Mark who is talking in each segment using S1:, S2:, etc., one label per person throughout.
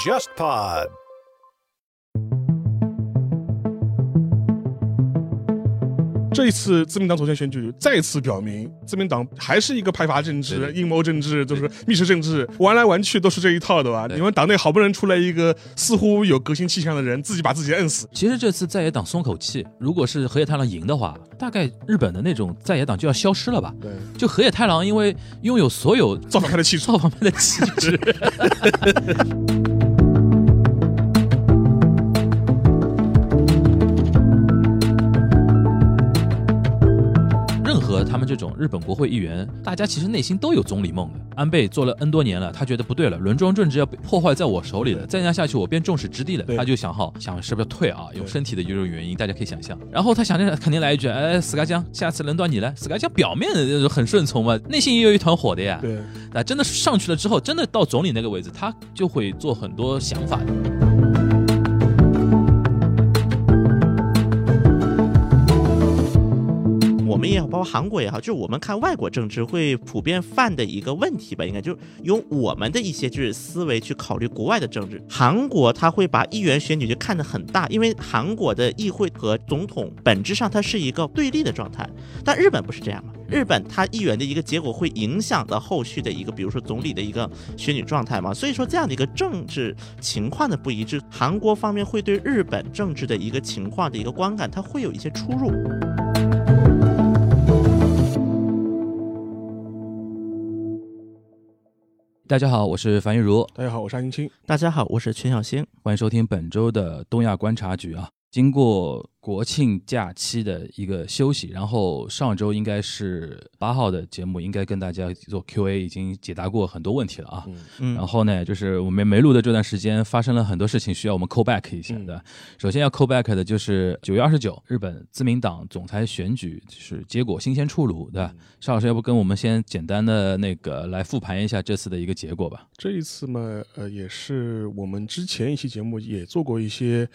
S1: JustPod。
S2: 这一次自民党总选选举再次表明，自民党还是一个派阀政治、阴谋政治，就是密室政治，玩来玩去都是这一套的吧？你们党内好不容易出来一个似乎有革新气象的人，自己把自己摁死，
S3: 其实这次在野党松口气，如果是河野太郎赢的话，大概日本的那种在野党就要消失了吧？
S2: 对，
S3: 就河野太郎，因为拥有所有
S2: 造反派的气质。
S3: 造反派的气 质，任何他们这种日本国会议员，大家其实内心都有总理梦的。安倍做了 N 多年了，他觉得不对了，轮庄政治要被破坏在我手里了，再这样下去我变众矢之的
S2: 对
S3: 了。他就想好想是不是要退啊，有身体的一种原因，大家可以想象。然后他想着肯定来一句，哎，死嘎江，下次轮到你了。死嘎江表面呃很顺从嘛，内心也有一团火的呀。
S2: 对，
S3: 那真的上去了之后，真的到总理那个位置，他就会做很多想法。
S4: 我们也好，包括韩国也好，就是我们看外国政治会普遍犯的一个问题吧，应该就是用我们的一些就是思维去考虑国外的政治。韩国他会把议员选举就看得很大，因为韩国的议会和总统本质上它是一个对立的状态，但日本不是这样嘛？日本它议员的一个结果会影响到后续的一个，比如说总理的一个选举状态嘛，所以说这样的一个政治情况的不一致，韩国方面会对日本政治的一个情况的一个观感，它会有一些出入。
S3: 大家好，我是樊玉茹，
S2: 大家好，我是安青青。
S4: 大家好，我是全小星。
S3: 欢迎收听本周的东亚观察局啊。经过国庆假期的一个休息，然后上周应该是八号的节目，应该跟大家做 Q&A，已经解答过很多问题了啊。
S4: 嗯
S3: 然后呢，就是我们没录的这段时间发生了很多事情，需要我们 call back 一下
S2: 嗯
S3: 的。首先要 call back 的就是九月二十九，日本自民党总裁选举就是结果新鲜出炉，对吧？邵老师，要不跟我们先简单的那个来复盘一下这次的一个结果吧？
S2: 这一次嘛，呃，也是我们之前一期节目也做过一些。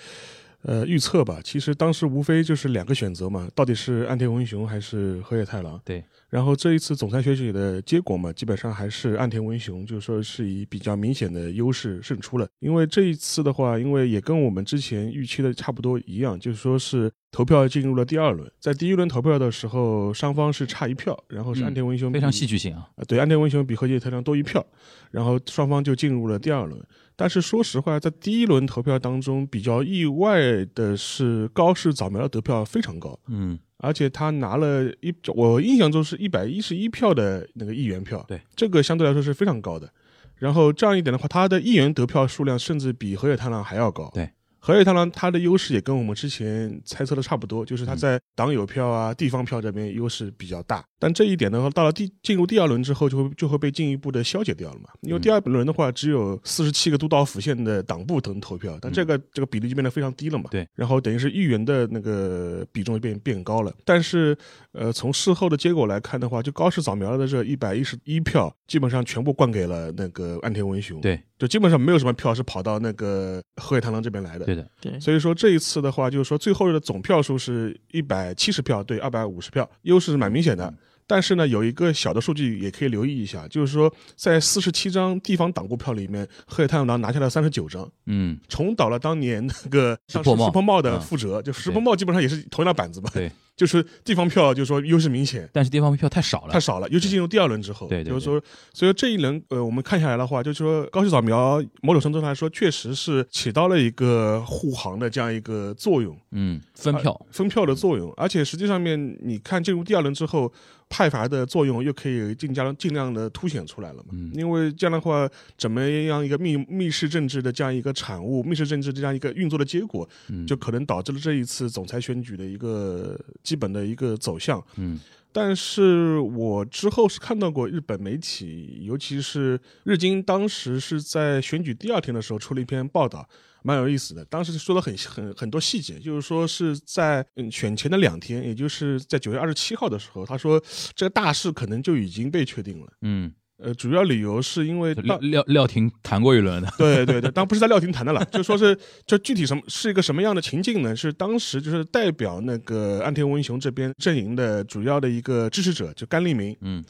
S2: 呃，预测吧，其实当时无非就是两个选择嘛，到底是岸田文雄还是河野太郎？
S3: 对，
S2: 然后这一次总裁选举的结果嘛，基本上还是岸田文雄，就是说是以比较明显的优势胜出了。因为这一次的话，因为也跟我们之前预期的差不多一样，就是说是投票进入了第二轮，在第一轮投票的时候，双方是差一票，然后是
S3: 嗯
S2: 岸田文雄
S3: 非常
S2: 比
S3: 戏剧性啊！
S2: 呃，对，安田文雄比和野太郎多一票，然后双方就进入了第二轮。但是说实话，在第一轮投票当中，比较意外的是高市早苗得票非常高，
S3: 嗯，
S2: 而且他拿了一，我印象中是一百一十一票的那个议员票，
S3: 对，
S2: 这个相对来说是非常高的。然后这样一点的话，他的议员得票数量甚至比河野太郎还要高，
S3: 对。
S2: 河野太郎他的优势也跟我们之前猜测的差不多，就是
S3: 嗯
S2: 他在党友票啊、地方票这边优势比较大。但这一点的话，到了第进入第二轮之后，就会就会被进一步的消解掉了嘛。因为第二轮的话，只有四十七个都道府县的党部能投票，但这个、这个比例就变得非常低了嘛。
S3: 嗯对，
S2: 然后等于是议员的那个比重就变变高了。但是呃，从事后的结果来看的话，就高市早苗的这一百一十一票，基本上全部灌给了那个岸田文雄。
S3: 对，
S2: 就基本上没有什么票是跑到那个河野太郎这边来的。
S3: 对的，
S4: 对，
S2: 所以说这一次的话，就是说最后的总票数是一百七十票对二百五十票，优势是蛮明显
S3: 嗯
S2: 的。但是呢，有一个小的数据也可以留意一下，就是说在四十七张地方党部票里面，河野太郎拿下了三十九张，
S3: 嗯，
S2: 重蹈了当年那 个
S3: 石
S2: 当
S3: 破
S2: 时
S3: 茂
S2: 石破茂的
S3: 嗯
S2: 覆辙。就石破茂基本上也是同样的板子嘛，
S3: 对，
S2: 就是地方票就是说优势明显，
S3: 但是地方票太少了，
S2: 太少了，尤其进入第二轮之后，
S3: 对对对
S2: 就是说，所以这一轮呃，我们看下来的话，就是说高市早苗某种程度上来说，确实是起到了一个护航的这样一个作用，
S3: 嗯，分票，
S2: 分票的作用，而且实际上面你看进入第二轮之后，派阀的作用又可以尽加尽量的凸显出来了嘛，
S3: 嗯
S2: 因为这样的话，怎么样一个密密室政治的这样一个产物，密室政治的这样一个运作的结果，
S3: 嗯，
S2: 就可能导致了这一次总裁选举的一个基本的一个走向。
S3: 嗯
S2: 但是我之后是看到过日本媒体，尤其是日经，当时是在选举第二天的时候出了一篇报道，蛮有意思的。当时说了很很很多细节，就是说是在嗯选前的两天，也就是在九月二十七号的时候，他说这个大势可能就已经被确定了。
S3: 嗯，
S2: 呃，主要理由是因为
S3: 就廖
S2: 当
S3: 廖廖婷谈过一轮的，
S2: 对对对，当然不是在廖婷谈的了，就说是就具体什么是一个什么样的情境呢？是当时就是代表那个岸田文雄这边阵营的主要的一个支持者，就甘利明，
S3: 嗯，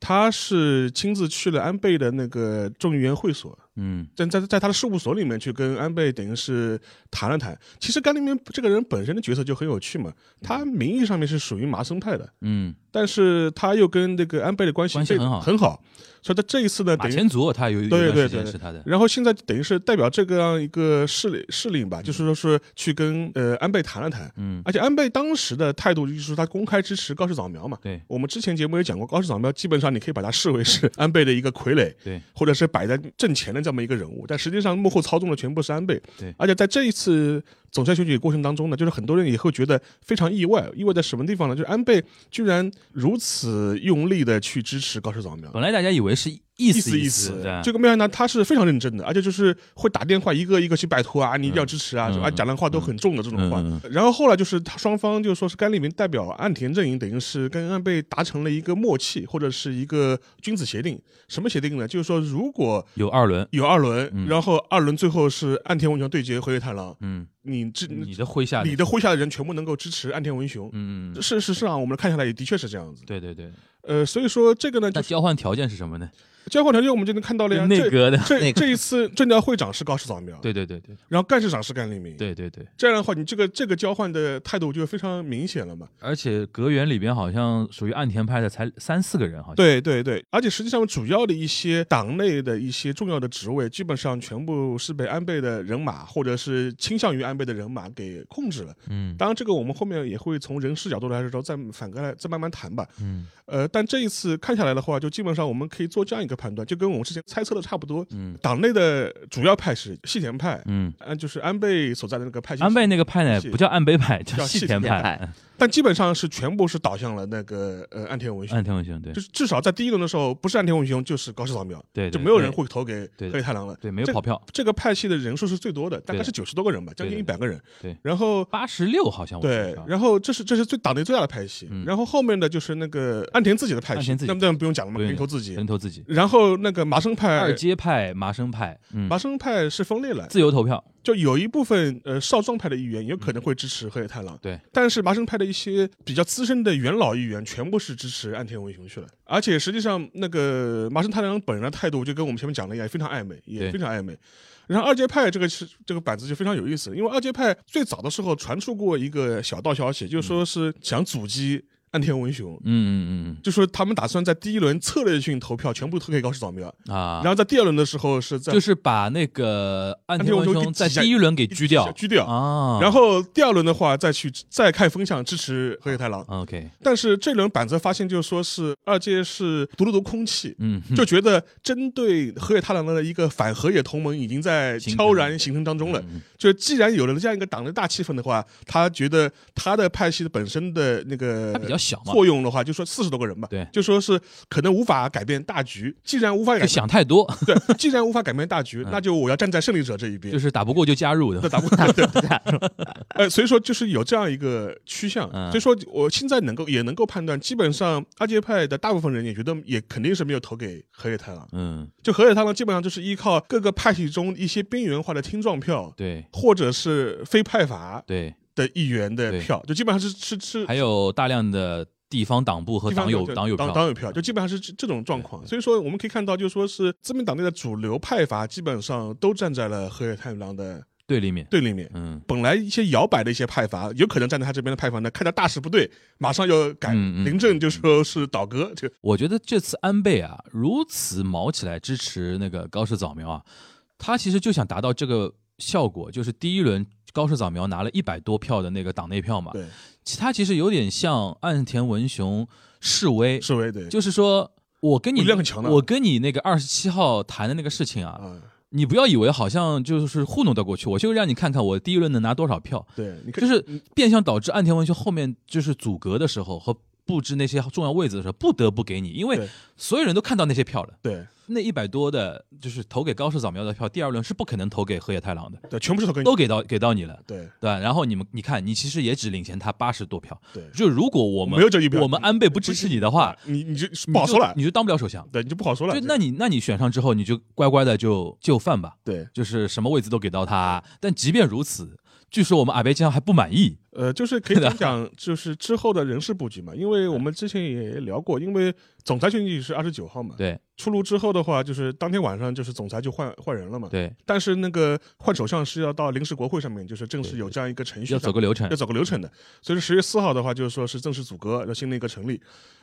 S2: 他是亲自去了安倍的那个众议员会所，
S3: 嗯
S2: 在在在他的事务所里面去跟安倍等于是谈了谈。其实甘利明这个人本身的角色就很有趣嘛，他名义上面是属于麻生派的，
S3: 嗯，
S2: 但是他又跟那个安倍的关系
S3: 关系
S2: 非
S3: 很好
S2: 很好，所以他这一次呢，
S3: 马
S2: 等于
S3: 前卒他有有一
S2: 对
S3: 段
S2: 对
S3: 时间
S2: 对
S3: 是他的，
S2: 然后现在等于是代表这个样一个势力势力吧，就是说是去跟呃安倍谈了谈，
S3: 嗯
S2: 而且安倍当时的态度就是说他公开支持高市早苗嘛。
S3: 对
S2: 我们之前节目也讲过，高市早苗基本上你可以把他视为是安倍的一个傀儡，
S3: 对，
S2: 或者是摆在阵前的这么一个人物，但实际上幕后操纵的全部是安倍。
S3: 对
S2: 而且在这一次总裁选举过程当中呢，就是很多人也会觉得非常意外，意外在什么地方呢？就是安倍居然如此用力的去支持高市早苗，
S3: 本来大家以为是意
S2: 意
S3: 思
S2: 思意
S3: 思，对
S2: 这个没想到他是非常认真的，而且就是会打电话一个一个去拜托啊，你一定要支持啊，
S3: 嗯
S2: 什么啊讲的话都很重的这种话
S3: 嗯。
S2: 然后后来就是他双方就说是甘利明代表岸田阵营，等于是跟安倍达成了一个默契或者是一个君子协定。什么协定呢？就是说如果
S3: 有二轮，
S2: 有二轮，然后二轮最后是岸田文雄对决河野太郎，
S3: 嗯，
S2: 你这
S3: 你的麾下的，
S2: 你的麾下的人全部能够支持岸田文雄。
S3: 嗯，嗯嗯
S2: 事实啊上，我们看下来也的确是这样子。
S3: 对对对，
S2: 呃，所以说这个呢，就
S3: 那交换条件是什么呢？
S2: 交换条件我们就能看到了呀。这
S3: 内阁的，
S2: 这
S4: 那个
S2: 这一次政调会长是高市早苗，
S3: 对对对对
S2: 然后干事长是甘利明，，
S3: 对对对，
S2: 这样的话，你这个这个交换的态度就非常明显了嘛。
S3: 而且阁员里边好像属于岸田派的才三四个人，好像，
S2: 对对对，而且实际上主要的一些党内的一些重要的职位，基本上全部是被安倍的人马或者是倾向于安倍的人马给控制了。
S3: 嗯
S2: 当然，这个我们后面也会从人事角度来说，再反过来再慢慢谈吧。
S3: 嗯
S2: 呃，但这一次看下来的话，就基本上我们可以做这样一个判断，就跟我们之前猜测的差不多。
S3: 嗯
S2: 党内的主要派是细田派，
S3: 嗯，
S2: 安就是安倍所在的那个派系，
S3: 安倍那个派呢
S2: 是
S3: 不叫安倍派，叫
S2: 叫
S3: 细
S2: 细
S3: 田
S4: 田
S3: 派
S4: 派，
S3: 嗯
S2: 但基本上是全部是倒向了那个呃岸田文雄，
S3: 岸田文雄对
S2: 就是至少在第一轮的时候，不是岸田文雄就是高市早苗，
S3: 对，
S2: 就
S3: 对
S2: 没有
S3: 对
S2: 人会投给
S3: 对
S2: 河野太郎了。
S3: 对没有
S2: 这
S3: 跑票，
S2: 这个派系的人数是最多的，大概
S3: 对
S2: 是九十多个人吧，将近
S3: 对
S2: 一百个人。
S3: 对
S2: 然后。
S3: 八十六好像我记
S2: 对
S3: 得，
S2: 然后这是这是最党内最大的派系，
S3: 嗯
S2: 然后后面的就是那个岸田自己的派
S3: 岸
S2: 系
S3: 田自，己
S2: 那么当然不用讲了嘛，
S3: 不用
S2: 平头自己
S3: 人。头自己，
S2: 然后那个麻生派
S3: 二，阶派、麻生派，嗯
S2: 麻，生派是分裂了，
S3: 自由投票，
S2: 就有一部分呃少壮派的议员有可能会支持河野太郎，
S3: 嗯对，
S2: 但是麻生派的一些比较资深的元老议员全部是支持岸田文雄去了，而且实际上那个麻生太郎本人的态度就跟我们前面讲的一样，非常暧昧，
S3: 对
S2: 也非常暧昧。然后二阶派这个是这个板子就非常有意思，因为二阶派最早的时候传出过一个小道消息，就说是想阻击岸田文雄。
S3: 嗯嗯嗯
S2: 就说他们打算在第一轮策略性投票全部投给高市早苗，
S3: 嗯啊
S2: 然，后在第二轮的时候是在
S3: 就是把那个岸田
S2: 田
S3: 文
S2: 文雄
S3: 雄
S2: 给
S3: 在
S2: 挤下
S3: 第一轮给狙掉，
S2: 狙掉
S3: 啊，
S2: 然后第二轮的话，再去再看风向支持河野太郎。
S3: OK，
S2: 但是这轮板则发现，就是说是二阶是读了读空气，
S3: 嗯，
S2: 就觉得针对河野太郎的一个反河野同盟已经在
S3: 形成嗯
S2: 悄然形成当中了。就既然有了这样一个党的大气氛的话，他觉得他的派系本身的那个
S3: 他比较小嘛，
S2: 作用的话，就说四十多个人吧，
S3: 对
S2: 就说是可能无法改变大局。既然无法改
S3: 就嗯
S2: 变，
S3: 想 太多，
S2: 对，既然无法改变大 局，那就我要站在胜利者这一边
S3: 就。是打不过就加入的
S2: 那，打不打对不 打？ 呃，所以说就是有这样一个趋向，
S3: 嗯
S2: 所以说我现在能够也能够判断，基本上阿杰派的大部分人也觉得也肯定是没有投给河野太郎，
S3: 嗯，
S2: 就河野太郎基本上就是依靠各个派系中一些边缘化的听状票。
S3: 对
S2: 或者是非派阀
S3: 对，
S2: 的议员的
S3: 对
S2: 票，就基本上是是是
S3: 还有大量的地方党部和
S2: 地
S3: 党
S2: 方
S3: 友
S2: 就
S3: 党友
S2: 党
S3: 票，嗯
S2: 友票，就基本上是这这种状况。所以说，我们可以看到，就说是自民党内的主流派阀基本上都站在了河野太郎的
S3: 对立面，
S2: 对立面。
S3: 嗯
S2: 本来一些摇摆的一些派阀，有可能站在他这边的派阀呢，看到大势不对，马上要改，
S3: 嗯嗯
S2: 临阵就说是倒戈，就
S3: 我觉得这次安倍啊，如此毛起来支持那个高市早苗啊，他其实就想达到这个效果，就是第一轮高市早苗拿了一百多票的那个党内票嘛，
S2: 对
S3: 其他其实有点像岸田文雄示威，
S2: 示威对，
S3: 就是说我跟你
S2: 力量很强的
S3: 我跟你那个二十七号谈的那个事情啊，
S2: 啊
S3: 你不要以为好像就是糊弄得过去，我就让你看看我第一轮能拿多少票，
S2: 对，你可
S3: 就
S2: 以
S3: 是变相导致岸田文雄后面就是阻隔的时候和布置那些重要位置的时候，不得不给你，因为
S2: 对
S3: 所有人都看到那些票了。
S2: 对
S3: 那一百多的，就是投给高市早苗的票，第二轮是不可能投给河野太郎的，
S2: 对，全部是投给你
S3: 都，给到给到你了，
S2: 对
S3: 对吧？然后你们你看，你其实也只领先他八十多票，
S2: 对，
S3: 就如果我们
S2: 没有这一票
S3: 我们安倍不支持你的话，
S2: 你你就
S3: 你
S2: 不好
S3: 就
S2: 说了，
S3: 你就当不了首相。
S2: 对，你就不好说了，
S3: 就
S2: 这
S3: 那你那你选上之后，你就乖乖的就就范吧，
S2: 对。
S3: 就是什么位置都给到他。但即便如此，据说我们安倍这样还不满意，
S2: 呃，就是可以讲 讲，就是之后的人事布局嘛，因为我们之前也聊过，因为总裁选举是二十九号嘛，
S3: 对
S2: 出炉之后的话，就是当天晚上就是总裁就换换人了嘛，
S3: 对，
S2: 但是那个换首相是要到临时国会上面，就是正式有这样一个程序
S3: 要
S2: 上，
S3: 走个流程
S2: 要，走个流程的。所以十月四号的话，就是说是正式组阁，要新的一个成立。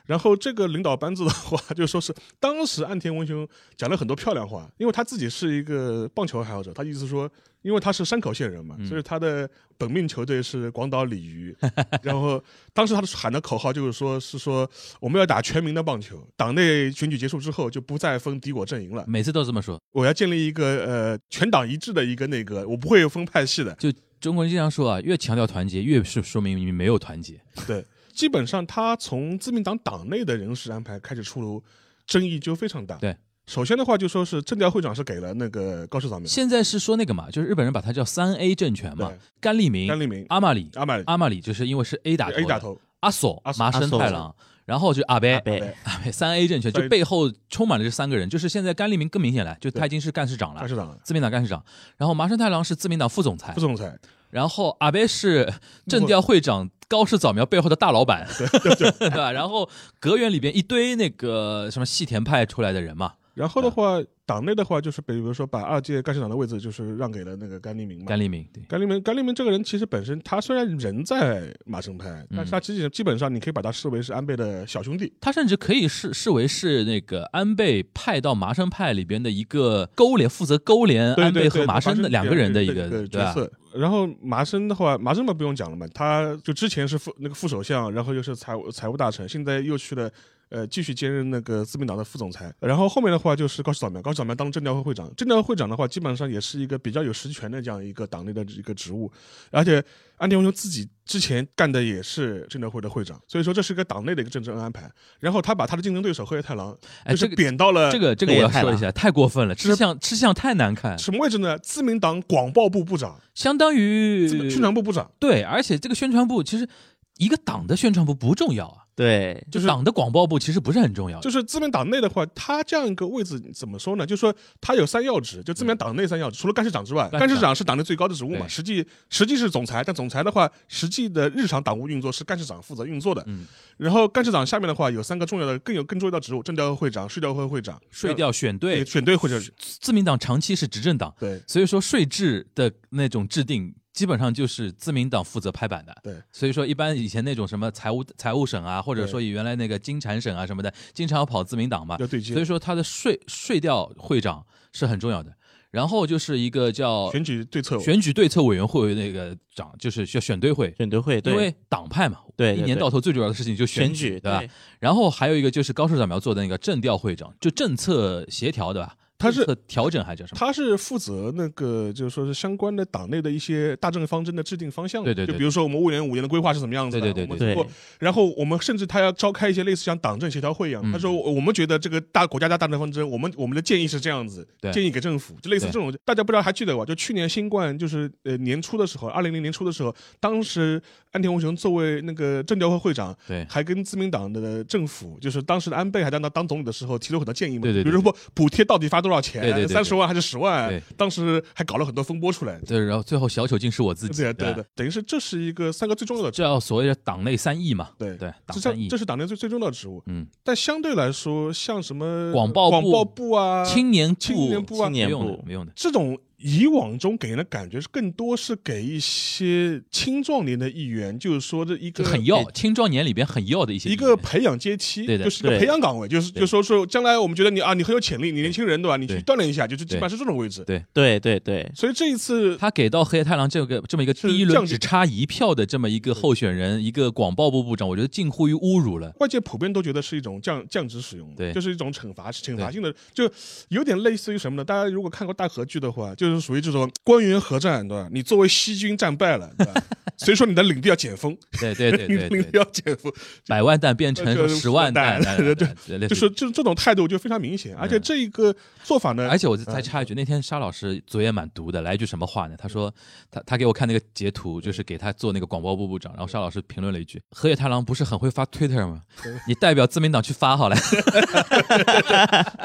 S2: 然后这个领导班子的话， 就说是当时岸田文雄讲了很多漂亮话，因为他自己是一个棒球爱好者，他意思说，因为他是山口县人嘛，所以他的本命球队是广岛鲤鱼。然后当时他喊的口号就是说，是说我们要打全民的棒球，党内选举结束之后就不再分敌我阵营了，
S3: 每次都这么说。
S2: 我要建立一个呃全党一致的一个那个，我不会分派系的。
S3: 就中国人经常说啊，越强调团结，越是说明你没有团结。
S2: 对，基本上他从自民党党内的人事安排开始出炉，争议就非常大。
S3: 对，
S2: 首先的话就说是政调会长是给了那个高市早苗、
S3: 现在是说那个嘛，就是日本人把它叫三 A 政权嘛
S2: 对，
S3: 甘利明、
S2: 甘利明、
S3: 阿玛里、
S2: 阿满、
S3: 阿玛里就是因为是 A 啊打头
S2: A
S3: 的，
S2: 啊打头，
S3: 阿索
S2: 阿、索
S3: 麻生太郎，然后就阿贝
S4: 阿，贝
S3: 阿贝三 A 政权，
S2: 对
S3: 就背后充满了这三个人，就是现在甘利明更明显了，就他已经是干事长
S2: 干
S3: 了。
S2: 事长、
S3: 自民党干事长，然后麻生太郎是自民党副总裁
S2: 副，总 裁，
S3: 然后阿贝是政调会长高市早苗背后的大老 板， 对吧？然后阁员里边一堆那个什么细田派出来的人嘛，
S2: 然后的话，党内的话就是比如说把二届干事长的位置就是让给了那个甘利明嘛
S3: 甘。利明，对，
S2: 甘利明，甘利明这个人其实本身他虽然人在麻生派，
S3: 嗯
S2: 但是他其实基本上你可以把他视为是安倍的小兄弟。
S3: 他甚至可以视视为是那个安倍派到麻生派里边的一个勾连，负责勾连
S2: 对
S3: 安
S2: 对
S3: 倍
S2: 对
S3: 和麻生的两个人的一
S2: 对对
S3: 个
S2: 对角
S3: 吧？
S2: 色。然后麻生的话，麻生嘛不用讲了嘛，他就之前是副那个副首相，然后又是财务财务大臣，现在又去了。呃，继续兼任那个自民党的副总裁，然后后面的话就是高市早苗，高市早苗当政调会会长，政调会会长的话，基本上也是一个比较有实权的这样一个党内的一个职务，而且安田文雄自己之前干的也是政调会的会长，所以说这是一个党内的一个政治安排，然后他把他的竞争对手河野太郎
S3: 哎，
S2: 就
S3: 这
S2: 是
S3: 个
S2: 贬到了
S3: 这个这个我要说一下，太过分了，
S2: 是
S3: 吃相吃相太难看，
S2: 什么位置呢？自民党广报部部长，
S3: 相当于
S2: 自民宣传部部长。
S3: 对，而且这个宣传部其实一个党的宣传部不重要啊，
S4: 对
S2: 就是
S3: 党的广报部其实不是很重要的，
S2: 就是自民党内的话，他这样一个位置怎么说呢？就说他有三要职，就自民党内三要职，除了干事长之外，
S3: 嗯干事长
S2: 干事长是党内最高的职务嘛，
S3: 对
S2: 实际实际是总裁，但总裁的话，实际的日常党务运作是干事长负责运作的。
S3: 嗯
S2: 然后干事长下面的话有三个重要的，更有更重要的职务：政调会会长、税调会会长、
S3: 税调选
S2: 对
S3: 对，
S2: 选对会者
S3: 自民党长期是执政党，
S2: 对。
S3: 所以说税制的那种制定。基本上就是自民党负责拍板的，
S2: 对，
S3: 所以说一般以前那种什么财务财务省啊，或者说原来那个金产省啊什么的，经常要跑自民党嘛，
S2: 要对
S3: 啊所以
S2: 接
S3: 说他的税税调会长是很重要的。然后就是一个叫
S2: 选举对策委，
S3: 选举对策委员会那个长，就是叫选对会，
S4: 选对会
S3: 因
S4: 对
S3: 为党派嘛，
S4: 对对
S3: 一年
S4: 对
S3: 到头最主要的事情就
S4: 选
S3: 举，
S4: 举
S3: 对吧？然后还有一个就是高市长苗做的那个政调会长，就政策协调对吧？
S2: 他是
S3: 政策调整还是叫什么？
S2: 他是负责那个，就是说是相关的党内的一些大政方针的制定方向的。
S3: 对对对
S2: 就比如说我们五年五年的规划是怎么样子的，
S3: 对对对
S2: 我们
S4: 对
S2: 通过然后我们甚至他要召开一些类似像党政协调会一样，他说
S3: 嗯
S2: 我我们觉得这个大国家的大政方针，我们我们的建议是这样子
S3: 对，
S2: 建议给政府，就类似
S3: 对
S2: 这种。大家不知道还记得吧？就去年新冠就是呃年初的时候，二零零年初的时候，当时安田文雄作为那个政调会会长，
S3: 对
S2: 还跟自民党的政府，就是当时的安倍还在那当总理的时候，提出很多建议嘛，
S3: 对对对
S2: 比如说补贴到底发多少钱，
S3: 对对对对
S2: 三十万还是十万
S3: 对，
S2: 当时还搞了很多风波出来。
S3: 对，然后最后小丑竟是我自己，
S2: 对对
S3: 吧
S2: 对，等于是这是一个三个最重要的职务，
S3: 叫所谓的党内三亿嘛，
S2: 对
S3: 对，党
S2: 这
S3: 三
S2: 是
S3: 亿
S2: 这，是党内最最重要的职务。
S3: 嗯，
S2: 但相对来说，像什么
S3: 广报部
S2: 广报部啊，
S3: 青年部
S2: 青年部啊
S4: 青年
S3: 没用的
S4: 部
S3: 没用的，
S2: 这种以往中给人的感觉是更多是给一些青壮年的议员，就是说这一
S3: 就
S2: 个
S3: 很要青壮年里边很要的一些
S2: 一
S3: 议
S2: 个
S3: 员
S2: 培养阶梯，
S3: 对的
S2: 就是一个
S4: 对
S2: 培养岗位，就是就说说将来我们觉得你啊，你很有潜力，你年轻人对吧？你去
S3: 对
S2: 锻炼一下，就是基本上是这种位置
S3: 对。
S4: 对对对
S2: 所以这一次
S3: 他给到黑太狼这个这么一个
S2: 是
S3: 第一
S2: 这
S3: 轮
S2: 样
S3: 只
S2: 子
S3: 差一票的这么一个候选人，一个广报部部长，我觉得近乎于侮辱了。
S2: 外界普遍都觉得是一种降降职使用嘛，
S3: 对
S2: 就是一种惩罚惩罚性的，就有点类似于什么呢？大家如果看过大河剧的话，就是属于这种官员合战，对吧？你作为西军战败了， 对吧？所以说你的领地要减封，
S3: 对对对
S2: 你
S3: 对
S2: 的
S3: 对
S2: 领地要减封，
S3: 百万蛋变成
S2: 呃就是
S3: 十万蛋，
S2: 复旦对
S3: 对对对类
S2: 就
S3: 似
S2: 是就是这种态度就非常明显，而且这一个做法呢
S3: 而，且我再插一句，那天沙老师嘴也蛮毒的，来一句什么话呢？他说他他给我看那个截图，就是给他做那个广播部部长，然后沙老师评论了一句：“河野太郎不是很会发 Twitter 吗？你代表自民党去发好了。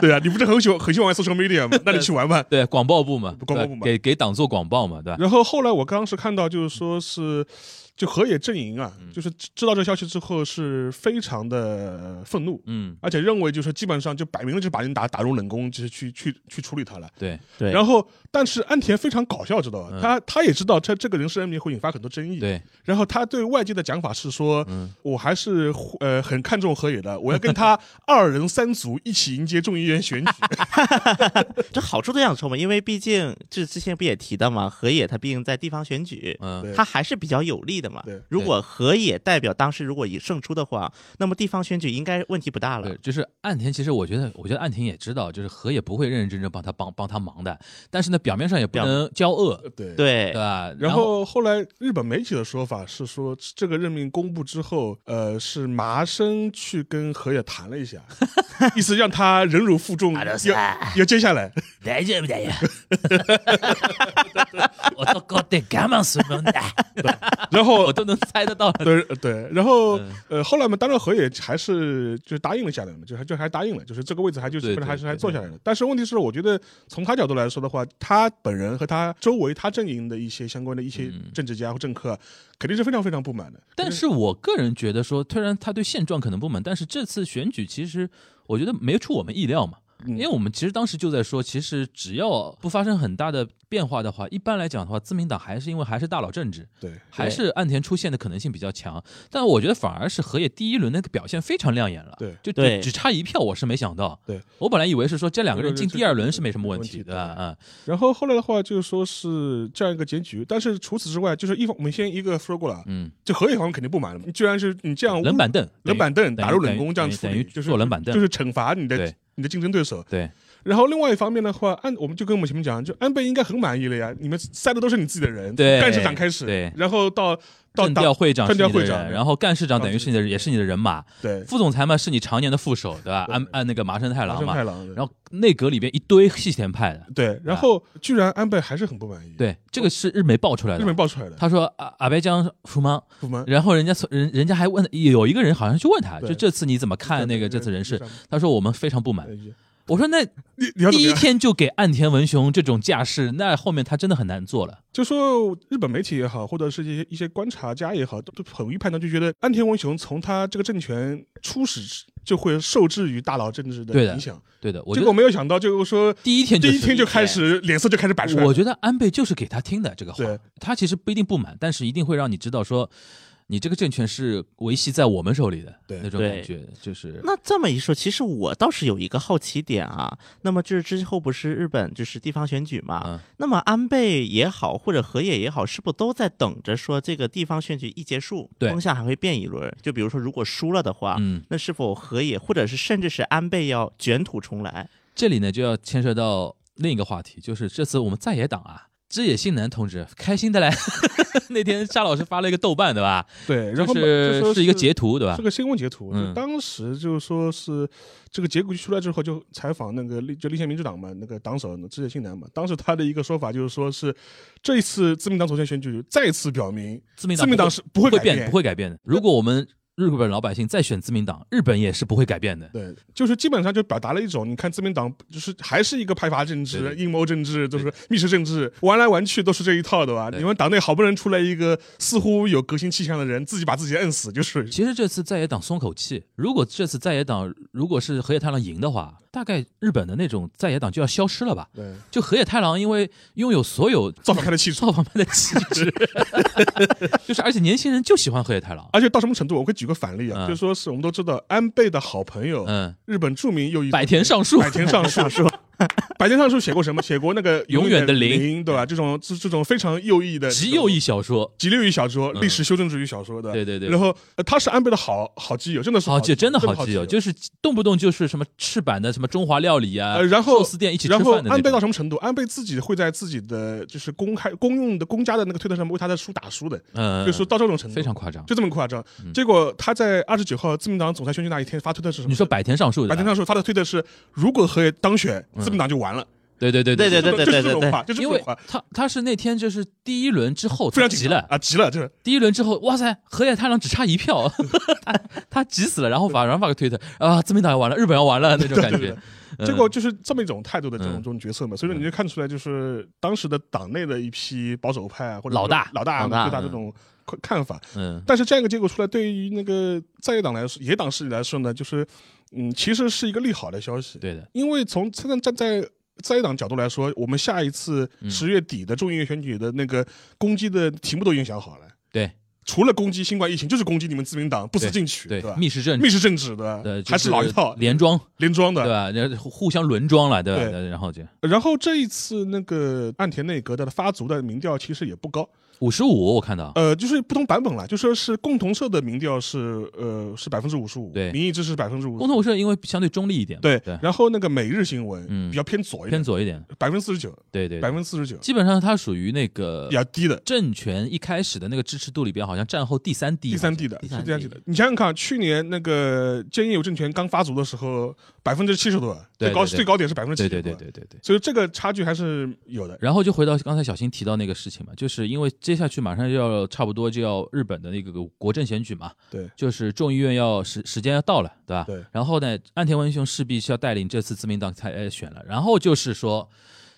S2: 对啊，你不是很喜欢很喜欢玩 social media 吗？那你去玩玩”。
S3: 对，广报部嘛，
S2: 广报部
S3: 对吧
S2: 嘛
S3: 给给党做广报嘛，对吧？
S2: 然后后来我当时看到就是说是，就河野正营啊，
S3: 嗯
S2: 就是知道这个消息之后是非常的愤怒，
S3: 嗯，
S2: 而且认为就是基本上就摆明了就把人打打入冷宫，就是去去去处理他了。
S3: 对
S4: 对，
S2: 然后，但是安田非常搞笑，知道吧？
S3: 嗯
S2: 他他也知道他这个人事恩名会引发很多争议，
S3: 对，
S2: 然后他对外界的讲法是说，
S3: 嗯
S2: 我还是呃很看重河野的，我要跟他二人三足一起迎接众议院选举。
S4: 这好处都想说嘛，因为毕竟这之前不也提到嘛，河野他毕竟在地方选举，
S3: 嗯
S2: 对
S4: 他还是比较有利的嘛
S2: 对。
S4: 如果河野代表当时如果以胜出的话，那么地方选举应该问题不大
S3: 对
S4: 了，。
S3: 就是岸田，其实我觉得，我觉得岸田也知道，就是河野不会认认真真帮他帮帮他忙的，但是呢，表面上也不
S4: 表
S3: 能骄恶，
S2: 对。
S3: 对
S4: 对，
S3: 吧？
S2: 然后后来日本媒体的说法是说，这个任命公布之后，呃，是麻生去跟河野谈了一下，意思让他忍辱负重，要要接下来。
S3: 大丈夫だよ。我都搞得干嘛什么的，
S2: 然后
S3: 我都能猜得到。
S2: 对对，然后、
S3: 嗯
S2: 呃，后来嘛，当然河野还是就是答应了下来嘛，就还就还答应了，就是这个位置还就是
S3: 对
S2: 后来还
S3: 对
S2: 是还
S3: 对
S2: 坐下来了。但是问题是，我觉得从他角度来说的话，他本人和他周围他阵营的一些相关的一些
S3: 嗯
S2: 政治家或政客，肯定是非常非常不满的。
S3: 但是我个人觉得说，虽然他对现状可能不满，但是这次选举其实我觉得没出我们意料嘛。
S2: 嗯
S3: 因为我们其实当时就在说，其实只要不发生很大的变化的话，一般来讲的话，自民党还是因为还是大佬政治，
S2: 对，
S3: 还是岸田出现的可能性比较强。但我觉得反而是河野第一轮那个表现非常亮眼了，
S2: 对
S3: 就只
S4: 对
S3: 只差一票，我是没想到。
S2: 对
S3: 我本来以为是说这两个人进
S2: 这
S3: 第二轮
S2: 这
S3: 是没什么问
S2: 问
S3: 题
S2: 题
S3: 的，啊，
S2: 然后后来的话就是说是这样一个结局。但是除此之外，就是一方我们先一个说过了，啊
S3: 嗯，
S2: 就河野方面肯定不满了，你居然是你这样
S3: 嗯
S2: 侮
S3: 冷
S2: 辱
S3: 板凳，
S2: 啊冷板凳
S3: 等于
S2: 打入
S3: 等
S2: 冷
S3: 于
S2: 宫这样
S3: 等于
S2: 处
S3: 等于
S2: 理，就是
S3: 坐冷板凳
S2: 就是惩罚你的
S3: 对
S2: 你的竞争对手。
S3: 对
S2: 然后另外一方面的话，安我们就跟我们前面讲，就安倍应该很满意了呀，你们塞的都是你自己的人，
S3: 对
S2: 干事长开始，
S3: 对
S2: 然后到到
S3: 政调会长是
S2: 政
S3: 你的
S2: 调会
S3: 人，
S2: 长啊
S3: 然后干事长等于是你的，也是你的人马，
S2: 对
S3: 副总裁嘛是你常年的副手，对吧？
S2: 对
S3: 按按那个麻生太
S2: 麻
S3: 郎
S2: 生
S3: 嘛
S2: 太，郎，对
S3: 然后内阁里边一堆细田派的，
S2: 对，然后居然安倍还是很不满意，，
S3: 对，这个是日媒爆出来
S2: 日嗯本
S3: 的。
S2: 爆出来的，
S3: 他说啊，阿白江福芒，
S2: 不满，
S3: 然后人家人人家还问，有一个人好像去问他，
S2: 对
S3: 就这次你怎么看那个这次人事？他说我们非常不满。
S2: 你
S3: 我说那
S2: 你要怎
S3: 第
S2: 么
S3: 一
S2: 样？
S3: 天就给岸田文雄这种架势，那后面他真的很难做了。
S2: 就说日本媒体也好，或者是一些一些观察家也好，都都很容易判断，就觉得安田文雄从他这个政权初始就会受制于大佬政治
S3: 对
S2: 的
S3: 的
S2: 影响，
S3: 对的，我
S2: 结
S3: 觉
S2: 果
S3: 得
S2: 没有想到，就是说
S3: 第一天
S2: 第
S3: 就
S2: 一天
S3: 是。
S2: 就开始脸色就开始摆出来了，
S3: 我觉得安倍就是给他听的这个话
S2: 对，
S3: 他其实不一定不满，但是一定会让你知道说，你这个政权是维系在我们手里的
S2: 对
S3: 那种
S4: 对
S3: 感觉，就是
S4: 那这么一说，其实我倒是有一个好奇点啊。那么就是之后不是日本就是地方选举嘛？
S3: 嗯
S4: 那么安倍也好，或者河野也好，是不是都在等着说这个地方选举一结束，
S3: 对
S4: 风向还会变一轮？就比如说，如果输了的话，
S3: 嗯，
S4: 那是否河野或者是甚至是安倍要卷土重来？
S3: 这里呢就要牵涉到另一个话题，就是这次我们在野党啊，枝野信男同志开心的来， 那天沙老师发了一个豆瓣对吧？
S2: 对，然后嘛就说
S3: 是
S2: 是
S3: 一个截图对吧
S2: 是？个新闻截图，
S3: 嗯
S2: 就当时就是说是这个结果一出来之后，就采访那个立就立宪民主党嘛，那个党首志野信男嘛，当时他的一个说法就是说是这一次自民党总选选举再次表明，
S3: 自民党
S2: 自民党是不会
S3: 会
S2: 改
S3: 变不会改变的。如果我们日本老百姓再选自民党，日本也是不会改变的。
S2: 对，就是基本上就表达了一种，你看自民党就是还是一个派阀政
S3: 对
S2: 治、
S3: 对
S2: 阴谋政治，就是密室政治，玩来玩去都是这一套，对吧？
S3: 对
S2: 你们党内好不容易出来一个似乎有革新气象的人，自己把自己摁死，就是
S3: 其实这次在野党松口气，如果这次在野党如果是河野太郎赢的话，大概日本的那种在野党就要消失了吧？
S2: 对，
S3: 就河野太郎因为拥有所有
S2: 造反派的气质。
S3: 造反派的气质， 就是而且年轻人就喜欢河野太郎，
S2: 而且到什么程度？我可以举个反例啊，
S3: 嗯
S2: 就是说是我们都知道安倍的好朋友，
S3: 嗯，
S2: 日本著名右翼
S3: 百田尚树，
S2: 百田尚树， 百田尚树写过什么？写过那个
S3: 永远
S2: 远
S3: 的零
S2: 零，对吧？这种这这种非常右翼的
S3: 极右翼。小说，
S2: 极右翼小说，
S3: 嗯
S2: 历史修正主义小说的，
S3: 对对对
S2: 然后、呃他是安倍的好好基友，真的是
S3: 好基
S2: 基
S3: 友真的
S2: 的
S3: 好
S2: 基
S3: 基友，就是动不动就是什么赤坂的什么中华料理啊，
S2: 呃，然后
S3: 寿司店一起吃
S2: 然后
S3: 饭的
S2: 安倍
S3: 那
S2: 到
S3: 种，
S2: 什么程度？安倍自己会在自己的就是公开公用的公家的那个推特上面为他的书打书的，
S3: 嗯，
S2: 就是到这种程度，
S3: 非常夸张。
S2: 就这么夸张
S3: 嗯。
S2: 结果他在二十九号自民党总裁选举那一天发推特是什么？
S3: 你说百田尚树的，
S2: 白天上说他的推特是，如果河野当选，自民党就完了。
S3: 对对对
S4: 对对
S3: 对
S4: 对对
S2: 就是
S4: 对
S2: 这种
S4: 对
S2: 话，就是这
S3: 因
S2: 种
S3: 为
S2: 话，
S3: 他他是那天就是第一轮之后
S2: 非
S3: 他
S2: 常
S3: 急
S2: 紧张
S3: 了，
S2: 啊，急了，就是
S3: 第一轮之后，哇塞，河野太郎只差 一票，他他急死了，然后法然发个推特啊，自民党要完了，日本要完了那种感
S2: 对对
S3: 觉
S2: 对。
S3: 嗯
S2: 结果就是这么一种态度的这种
S3: 嗯
S2: 这种决策嘛，所以说你就看出来，就是当时的党内的一批保守派啊或者
S3: 老大
S2: 老大
S4: 老大
S2: 对他
S3: 嗯
S2: 这种看看法。
S3: 嗯
S2: 但是这样一个结果出来，对于那个在野党来说，野党势力来说呢，就是嗯，其实是一个利好的消息，
S3: 对的，
S2: 因为从站站在在野党角度来说，我们下一次
S3: 嗯
S2: 十月底的众议院选举的那个攻击的题目都已经想好了，
S3: 对
S2: 除了攻击新冠疫情，就是攻击你们自民党不思进取，
S3: 对
S2: 吧，？
S3: 密室政
S2: 密
S3: 治
S2: 室政治的，
S3: 的
S2: 还是老一套
S3: 连装，
S2: 连装的
S3: 对，吧？然后互相轮装了，对吧？
S2: 对
S3: 然后就
S2: 然后这一次那个岸田内阁的发足的民调其实也不高，
S3: 五十五，我看到，
S2: 呃，就是不同版本啦，就说是共同社的民调是呃是百分之五十五，
S3: 对
S2: 民意支持百分之五
S3: 共，同社因为相对中立一点嘛，
S2: 对
S3: 对，，
S2: 然后那个每日新闻
S3: 嗯
S2: 比较偏左一
S3: 偏
S2: 点，
S3: 左一点，
S2: 百分之四十九，
S3: 对对，
S2: 百
S3: 对
S2: 分之四十九
S3: 基本上它属于那个
S2: 比较低的，
S3: 政权一开始的那个支持度里边，好像战后第三低，
S2: 第三低的，
S4: 第
S2: 是
S4: 三
S2: 第三低
S4: 低
S2: 的。你想想看，去年那个菅义伟政权刚发足的时候，百分之七十多，
S3: 对
S2: 最高
S3: 对对
S2: 最高点是百分之
S3: 对
S2: 七
S3: 对
S2: 十
S3: 对
S2: 多，
S3: 对对对。
S2: 所以这个差距还是有的。
S3: 然后就回到刚才小新提到那个事情嘛，就是因为接下去马上就要差不多就要日本的那个国政选举嘛，
S2: 对，
S3: 就是众议院要时时间要到了，对吧？
S2: 对
S3: 然后呢，岸田文雄势必是要带领这次自民党参呃选了，然后就是说，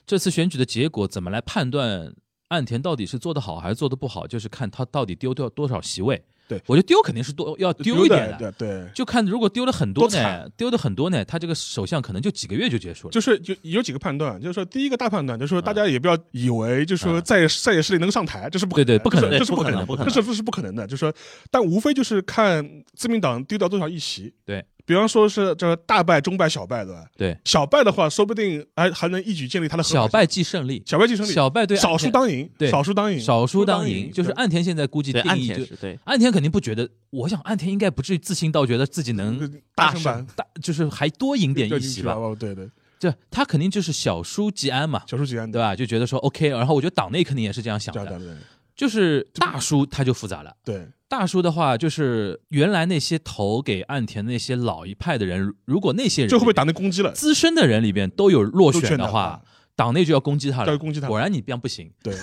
S3: 这次选举的结果怎么来判断岸田到底是做得好还是做得不好，就是看他到底丢掉多少席位。
S2: 对
S3: 我觉得丢肯定是多要丢一点
S2: 的，对对。
S3: 就看如果丢了很多
S2: 多
S3: 呢，
S2: 惨
S3: 丢的很多呢，他这个首相可能就几个月就结束了。
S2: 就是有有几个判断，就是说第一个大判断，就是说大家也不要以为，就是说在在野势力能上台，这是不
S3: 对对不可
S2: 这是
S3: 能
S2: 这是不可
S4: 不可
S2: 这
S4: 能
S2: 是这是不可能的。就是说，但无非就是看自民党丢掉多少议席。
S3: 对，
S2: 比方说是这大败、中败、小败，对吧？
S3: 对，
S2: 小败的话，说不定还还能一举建立他的合法性
S3: 小败即胜利，
S2: 小败即胜利，
S3: 小败对
S2: 少
S3: 岸
S2: 数
S3: 田
S2: 当赢，
S3: 对
S2: 少数当赢，
S3: 少数当
S2: 少
S3: 赢，就是岸田现在估计
S4: 对
S3: 定
S4: 岸
S3: 义
S4: 田
S3: 就是
S4: 对
S3: 岸田肯定不觉得，我想岸田应该不至于自信到觉得自己能
S2: 对嗯大胜吧，
S3: 大就是还多赢点
S2: 对
S3: 一
S2: 进
S3: 席
S2: 去吧
S3: 吧，，
S2: 哦对对，
S3: 这他肯定就是小输即安嘛，
S2: 小数几安
S3: 对
S2: 的，
S3: 吧？就觉得说 OK，然后我觉得党内肯定也是这样
S2: 嗯
S3: 想
S2: 这样
S3: 的，
S2: 的，对
S3: 就是大输他就复杂了。
S2: 对
S3: 大叔的话，就是原来那些投给岸田的那些老一派的人，如果那些
S2: 对，
S3: 人
S2: 就会被党内攻击了，
S3: 资深的人里边都有落
S2: 都
S3: 选的话，，党内就要攻击他
S2: 就要
S3: 了。
S2: 攻击他
S3: 果然你这样不行，
S2: 对，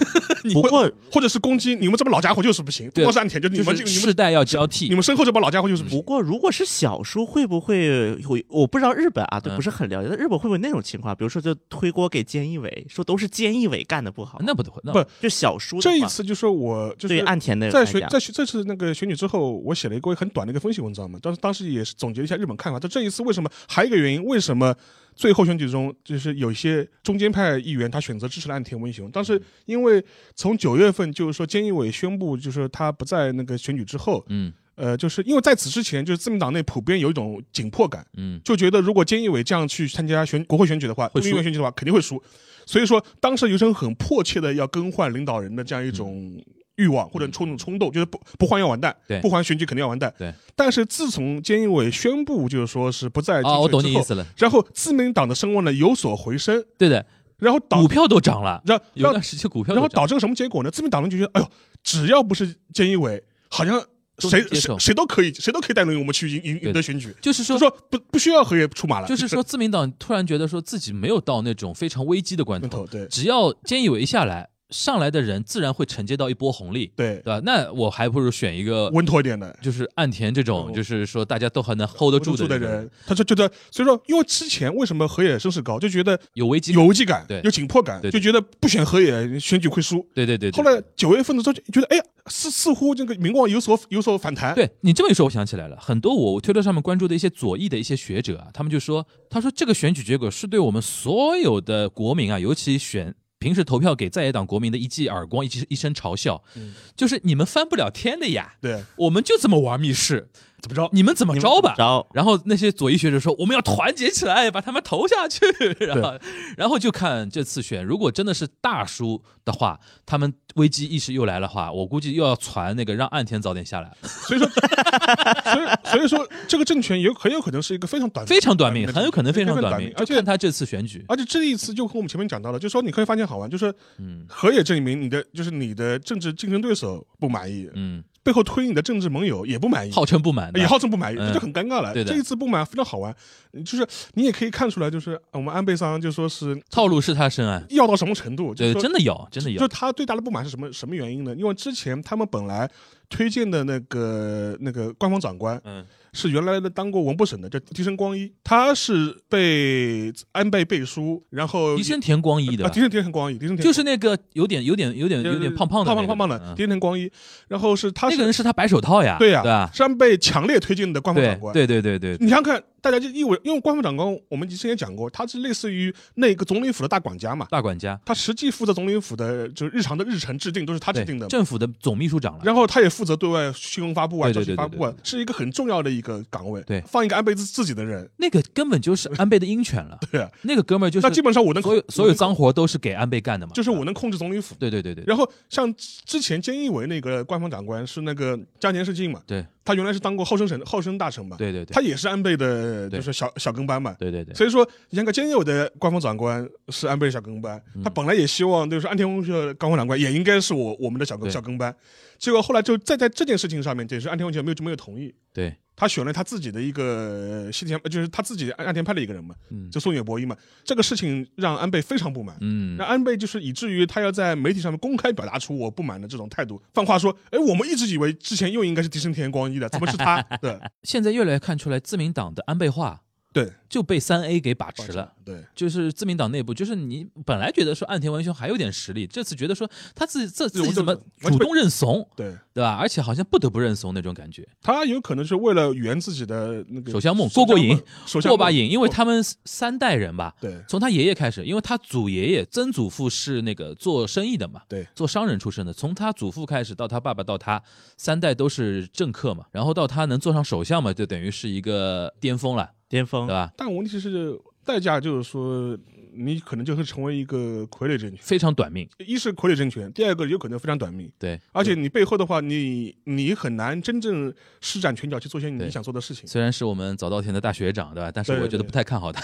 S4: 不过
S2: 或者是攻击你们这帮老家伙就是不行，不
S3: 对
S2: 光是岸田，就你
S3: 就
S2: 们
S3: 是
S2: 这你们
S3: 世代要交
S2: 你
S3: 替。
S2: 们身后这帮老家伙就是不
S4: 不
S2: 行。
S4: 过，如果是小叔，会不会会？我不知道日本啊，对，
S3: 嗯
S4: 不是很了解。但日本会不会那种情况？比如说，就推锅给菅义伟，说都是菅义伟干的不好。
S3: 那不得那
S2: 不
S4: 就小叔的
S2: 这一
S4: 话
S2: 次就是我就是
S4: 对岸田的
S2: 在
S4: 来
S2: 选
S4: 讲
S2: 在选这次那个选举之后，我写了一个很短的一个分析文章嘛，当时当时也是总结了一下日本看法。就这一次为什么还有一个原因，为什么最后选举中就是有一些中间派议员他选择支持了岸田文雄，当时因为从九月份就是说菅义伟宣布就是他不在那个选举之后，
S3: 嗯
S2: 呃，就是因为在此之前就是自民党内普遍有一种紧迫感，
S3: 嗯，
S2: 就觉得如果菅义伟这样去参加选国会选举的话，
S3: 会
S2: 众
S3: 输
S2: 议院选举的话，肯定会输。所以说，当时有一种很迫切的要更换领导人的这样一种欲望或者冲动冲动，就是不不换要完蛋
S3: 嗯对，
S2: 不换选举肯定要完蛋。
S3: 对。
S2: 但是自从菅义伟宣布就是说是不再
S3: 哦，我懂
S2: 竞选
S3: 你意
S2: 之后，
S3: 思了。
S2: 然后自民党的声望呢有所回升，
S3: 对的，
S2: 然后导
S3: 股票都涨了，
S2: 让
S3: 嗯有一
S2: 让
S3: 段时期股票
S2: 然后
S3: 都涨
S2: 导致个什么结果呢？自民党人就觉得，哎呦，只要不是菅义伟，好像
S3: 都
S2: 谁
S3: 能接
S2: 谁
S3: 受
S2: 谁都可以，谁都可以带领我们去赢赢
S3: 对
S2: 赢得选举。
S3: 了，就是
S2: 就
S3: 说
S2: 说不不需要河野出马了，
S3: 就是说，自民党突然觉得说自己没有到那种非常危机的关
S2: 跟
S3: 头，
S2: 头对
S3: 只要菅义伟一下来，上来的人自然会承接到一波红利，
S2: 对
S3: 对吧？那我还不如选一个
S2: 稳妥一 点的。
S3: 就是岸田这种，
S2: 嗯
S3: 就是说大家都很能 hold 得
S2: 住
S3: 住
S2: 的
S3: 人，
S2: 人，他就觉得，所以说，因为之前为什么河野声势高，就觉得
S3: 有危机感，
S2: 有危机感
S3: 对，
S2: 有紧迫感，
S3: 对
S2: 就觉得不选河野选举会输。
S3: 对对对。对
S2: 后来九月份的时候，就觉得哎呀，似似乎这个民望有所有所反弹。
S3: 对你这么一说，我想起来了，很多我推特上面关注的一些左翼的一些学者啊，他们就说，他说这个选举结果是对我们所有的国民啊，尤其选平时投票给在野党国民的一记耳光，一记一声嘲笑，
S2: 嗯
S3: 就是你们翻不了天的呀，
S2: 对，
S3: 我们就这么玩密室，
S2: 怎么着？
S3: 你们怎么
S4: 你们
S3: 着吧？
S4: 招
S3: 然后那些左翼学者说，我们要团结起来，把他们投下去。 然后，然后就看这次选，如果真的是大输的话，他们危机意识又来了话，我估计又要传那个让岸田早点下来，
S2: 所 以说，所以所以说，这个政权有很有可能是一个非常短
S3: 非常短命，
S2: 的
S3: 很有可能非常
S2: 呃非常
S3: 短
S2: 短
S3: 命
S2: 命，
S3: 就
S2: 而且
S3: 看他这次选举。
S2: 而且这一次就和我们前面讲到了，就说你可以发现好玩，就是
S3: 嗯
S2: 河野证明你的就是你的政治竞争对手不满意，
S3: 嗯，
S2: 背后推你的政治盟友也不满意，
S3: 号称不满的
S2: 也，哎号称不满意，
S3: 嗯
S2: 这就很尴尬了。
S3: 对的
S2: 这一次不满非常好玩，嗯就是你也可以看出来，就是呃我们安倍桑就说是
S3: 套路是他深谙。
S2: 要到什么程度，就是
S3: 对，
S2: 说
S3: 真的有，真的有
S2: 就。他最大的不满是什么什么原因呢？因为之前他们本来推荐的那个那个官方长官
S3: 嗯，
S2: 是原来的当过文部省的，叫提升光一，他是被安倍背书，然后
S3: 迪生田光一的
S2: 啊，
S3: 吧，
S2: 提升提升光一，提升
S3: 就是那个有点、有点、有点、有点胖胖的
S2: 胖
S3: 那
S2: 胖
S3: 个，
S2: 胖胖的
S3: 嗯
S2: 提升光一，然后是他
S3: 那个
S2: 是
S3: 人是他白手套呀，
S2: 对呀
S3: 呀，对吧？
S2: 是安倍强烈推荐的官方长官。
S3: 对对对对对，
S2: 你想想看，大家就因为因为官方长官，我们之前也讲过，他是类似于那个总理府的大管家嘛，
S3: 大管家，
S2: 他实际负责总理府的就是日常的日程制定都是他制
S3: 对
S2: 定的嘛。
S3: 政府的总秘书长了。
S2: 然后他也负责对外新闻发布啊、
S3: 对
S2: 消
S3: 对
S2: 息
S3: 对
S2: 发布啊，是一个很重要的一个岗位。
S3: 对
S2: 放一个安倍自自己的人，
S3: 那个根本就是安倍的鹰犬了，
S2: 对啊，
S3: 那个哥们儿就是
S2: 那基本上我能
S3: 所有
S2: 控
S3: 所有脏活都是给安倍干的嘛，
S2: 就是我能控制总理府。
S3: 对对对对，
S2: 然后像之前菅义伟那个官方长官是那个加田世敬嘛，
S3: 对
S2: 他原来是当过厚生省厚生大臣嘛，
S3: 对对对
S2: 他也是安倍的，
S3: 对
S2: 就是小小跟班嘛。
S3: 对对对，
S2: 所以说，你像个菅义伟的官方长官是安倍的小跟班，
S3: 嗯
S2: 他本来也希望就是安田文雄的官方长官也应该是我我们的小跟
S3: 对
S2: 小跟班，结果后来就再在这件事情上面，就是安田文雄没有就没有同意，
S3: 对，
S2: 他选了他自己的一个呃西田，就是他自己岸田派的一个人嘛，
S3: 嗯
S2: 就松野博一嘛。这个事情让安倍非常不满，
S3: 嗯
S2: 那，安倍就是以至于他要在媒体上面公开表达出我不满的这种态度。放话说，哎，我们一直以为之前又应该是提升田光一的，怎么是他？对
S3: 现在越来越看出来自民党的安倍化
S2: 对，
S3: 就被三 A 给把持了。
S2: 对
S3: 就是自民党内部，就是你本来觉得说岸田文雄还有点实力，这次觉得说他自己自自己怎么主动认怂，
S2: 对，
S3: 对吧？而且好像不得不认怂那种感觉，
S2: 他有可能是为了圆自己的那个
S3: 首相梦过过瘾，
S2: 首相
S3: 过
S2: 梦
S3: 把瘾，因为他们三代人吧，
S2: 对
S3: 从他爷爷开始，因为他祖爷爷曾祖父是那个做生意的嘛，
S2: 对
S3: 做商人出身的，从他祖父开始到他爸爸到他三代都是政客嘛，然后到他能坐上首相嘛，就等于是一个巅峰了，
S4: 巅
S3: 对
S4: 峰，
S3: 吧？
S2: 但问题是代价就是说，你可能就会成为一个傀儡政权。
S3: 非常短命，
S2: 一是傀儡政权，第二个有可能非常短命。
S3: 对。
S2: 而且你背后的话，你你很难真正施展拳脚去做些你
S3: 对
S2: 想做的事情。
S3: 虽然是我们早稻田的大学长，对吧？但是
S2: 对对
S3: 我觉得不太看好他。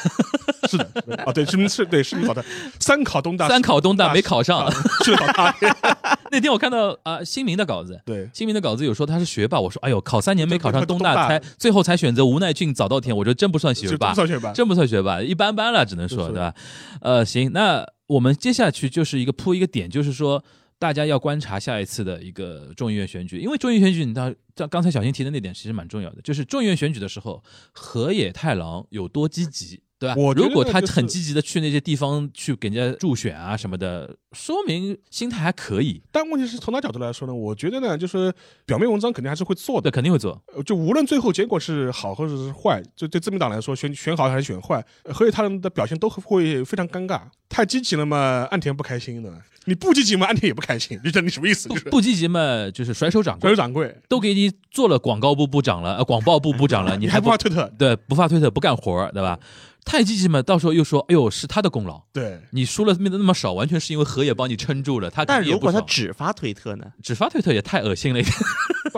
S2: 是的，对啊，对，是是，对，是你考 的三考东大，
S3: 三考东大没考上
S2: 啊，，是的考 大。
S3: 那天我看到啊、新民的稿子，
S2: 对，
S3: 新民的稿子有说他是学霸，我说哎呦，考三年没考上
S2: 对
S3: 东
S2: 东
S3: 大，
S2: 大
S3: 才最后才选择无奈郡早稻田，我觉得真不算学
S2: 就
S3: 霸
S2: 不，算学霸。
S3: 真不算学霸，一般般了，只能说
S2: 是
S3: 对吧？呃，行，那我们接下去就是一个铺一个点，就是说大家要观察下一次的一个众议院选举，因为众议院选举，你知道，像刚才小新提的那点其实蛮重要的，就是众议院选举的时候，河野太郎有多积极。对吧？
S2: 我觉得
S3: 如果他
S2: 就是
S3: 很积极的去那些地方去给人家助选啊什么的，说明心态还可以。
S2: 但问题是从哪角度来说呢？我觉得呢，就是表面文章肯定还是会做的
S3: 对，，肯定会做。
S2: 呃就无论最后结果是好或者是坏，就对自民党来说，选选好还是选坏，呃河野太郎的表现都会非常尴尬。太积极了嘛，岸田不开心的；你不积极嘛，岸田也不开心。你这你什么意思？
S3: 不
S2: 就是
S3: 不积极嘛，就是甩手掌
S2: 左
S3: 柜，
S2: 右掌柜，
S3: 都给你做了广告部部长了，呃，广报部部 长了，
S2: 你
S3: 你
S2: 还
S3: 还
S2: 不
S3: 不
S2: 怕推特？
S3: 对，不发推特不干活儿，对吧？太积极嘛，到时候又说，哎呦，是他的功劳，
S2: 对，
S3: 你输了那么那么少，完全是因为河野帮你撑住了。他
S4: 但
S3: 肯定也
S4: 如果
S3: 不
S4: 他
S3: 爽
S4: 只发推特呢？
S3: 只发推特也太恶心了一点，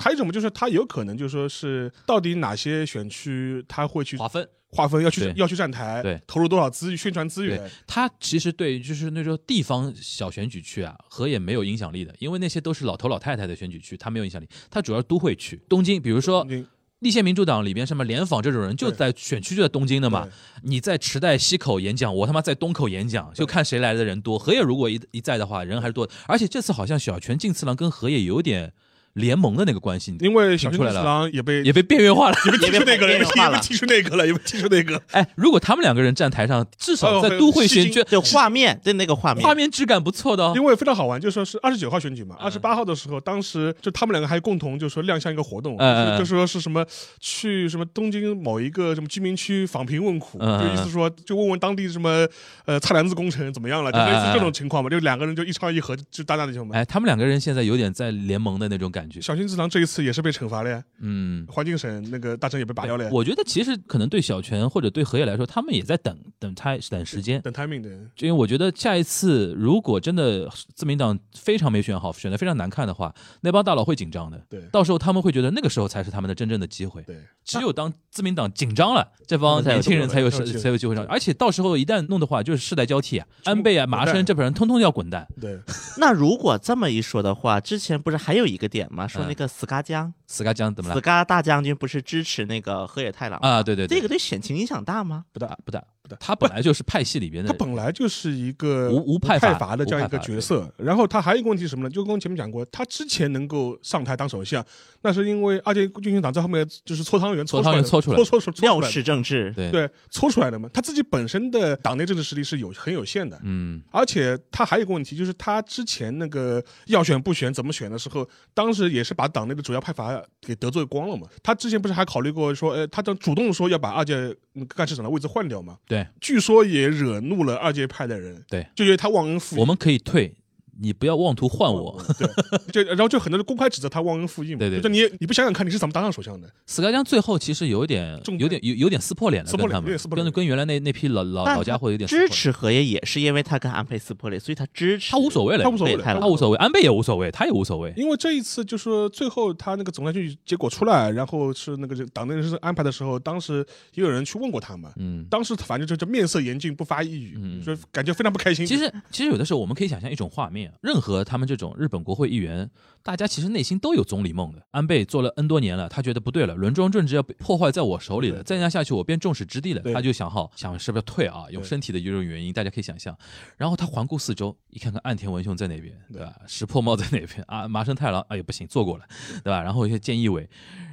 S2: 还有一种就是他有可能就是说是到底哪些选区他会去
S3: 划分。
S2: 划分，要去
S3: 对
S2: 要去站台，
S3: 对
S2: 投入多少资宣传资源
S3: 对，他其实对于就是那种地方小选举区啊，河野没有影响力的，因为那些都是老头老太太的选举区，他没有影响力。他主要是都会区，东京，比如说
S2: 嗯
S3: 立宪民主党里边什么联访这种人，就
S2: 对
S3: 在选区就在东京的嘛
S2: 对。
S3: 你在池袋西口演讲，我他妈在东口演讲，就看谁来的人多。河野如果一一在的话，人还是多。而且这次好像小泉进次郎跟河野有点联盟的那个关系，
S2: 因为小泉
S3: 听出
S2: 纯
S3: 来
S2: 次
S3: 了
S2: 郎也被
S3: 也被边缘化了。
S2: 也被踢出那个了，也
S4: 也被
S2: 被
S4: 变化了
S2: 踢出那个了，也被踢出那个。
S3: 哎，如果他们两个人站台上，至少在都会选举
S4: 就画面，对那个画面，
S3: 画面质感不错的哦
S2: 因。为非常好玩，就说是二十九号选举
S3: 嗯
S2: 嘛，二十八号的时候，当时就他们两个还共同就说亮相一个活动，
S3: 嗯
S2: 就是
S3: 嗯嗯
S2: 就说是什么去什么东京某一个什么居民区访贫问苦，
S3: 嗯嗯
S2: 就意思说就问问当地什么呃菜篮子工程怎么样了，就类似这种情况嘛，就两个人就一唱一和就搭档那种嘛。
S3: 嗯哎，他们两个人现在有点在联盟的那种感觉。
S2: 小泉之郎这一次也是被惩罚了呀，
S3: 嗯，
S2: 环境省那个大臣也被拔掉了呀，
S3: 我觉得其实可能对小泉或者对河野来说，他们也在等等他等时间。
S2: 等 timing 的。
S3: 因为我觉得下一次如果真的自民党非常没选好，选的非常难看的话，那帮大佬会紧张的。
S2: 对
S3: 到时候他们会觉得那个时候才是他们的真正的机会。
S2: 对，
S3: 只有当自民党紧张了，这帮年轻人才有
S2: 才有机会
S3: 才有机会上。而且到时候一旦弄的话，就是世代交替啊，安倍啊、麻
S2: 滚蛋
S3: 生这帮人通通要滚蛋。
S2: 对，
S4: 那如果这么一说的话，之前不是还有一个点吗？说
S3: 嗯
S4: 那个斯嘎江、
S3: 斯嘎江怎么
S4: 斯
S3: 了？
S4: 嘎大将军不是支持那个河野太郎
S3: 嗯
S4: 吗？
S3: 啊，对对对，
S4: 这个对选情影响大吗？
S3: 不大不大不
S2: 大
S3: 他本来就是派系里边的
S2: 他
S3: 人，
S2: 本来就是一个
S3: 无无派
S2: 派
S3: 阀
S2: 的这样一
S3: 无派
S2: 个
S3: 阀
S2: 角色，然后他还有一个问题是什么呢？就跟我前面讲过，他之前能够上台当首相，那是因为阿杰军训党在后面就是搓汤圆，
S3: 搓汤圆
S2: 搓
S3: 搓出来
S2: 搓搓搓出
S4: 料
S2: 来的，
S4: 事政治，
S3: 对，
S2: 对，搓出来的嘛。他自己本身的党内政治实力是有很有限的，
S3: 嗯，
S2: 而且他还有一个问题，就是他之前那个要选不选怎么选的时候，当时也是把党内的主要派阀给得罪光了嘛。他之前不是还考虑过说，呃，他当主动说要把二届嗯干事长的位置换掉嘛？
S3: 对，
S2: 据说也惹怒了二届派的人，
S3: 对，
S2: 就因为他忘恩负义。
S3: 我们可以退，你不要妄图换我。
S2: 对，就然后就很多人公开指责他忘恩负义嘛。
S3: 对对
S2: 就你你不想想看，你是怎么当上首相的？
S3: 斯嘎江最后其实有一点
S2: 重
S3: 有点有有点撕破脸了，
S2: 撕破
S3: 跟
S2: 脸
S3: 他
S2: 有
S3: 们
S2: 点撕破
S3: 跟
S2: 脸
S3: 跟原来那那批老老
S4: 但
S3: 老家伙有点撕
S4: 支
S3: 破脸
S4: 持河野也是因为他跟安倍撕破脸，所以他支持
S3: 他无所谓了，
S2: 他无所谓了
S4: 太
S2: 他
S3: 他无所谓，安倍也无所谓，他也无所谓。
S2: 因为这一次就是说最后他那个总裁选举结果出来，然后是那个党内人士安排的时候，当时也有人去问过他嘛。
S3: 嗯，
S2: 当时反正就就面色严峻，不发一语，
S3: 嗯嗯
S2: 就感觉非常不开心。
S3: 其实其实有的时候我们可以想象一种画面，啊任何他们这种日本国会议员，大家其实内心都有总理梦的。安倍做了 N 多年了，他觉得不对了，轮庄政治要被破坏在我手里了，
S2: 对
S3: 再这样下去我变众矢之的了，
S2: 对
S3: 他就想好想是不是要退啊？有
S2: 对
S3: 身体的一种原因，大家可以想象。然后他环顾四周，一看看岸田文雄在那边，
S2: 对
S3: 对吧？石破茂在那边啊，麻生太郎哎呀不行，做过了，对吧？然后一些菅义伟，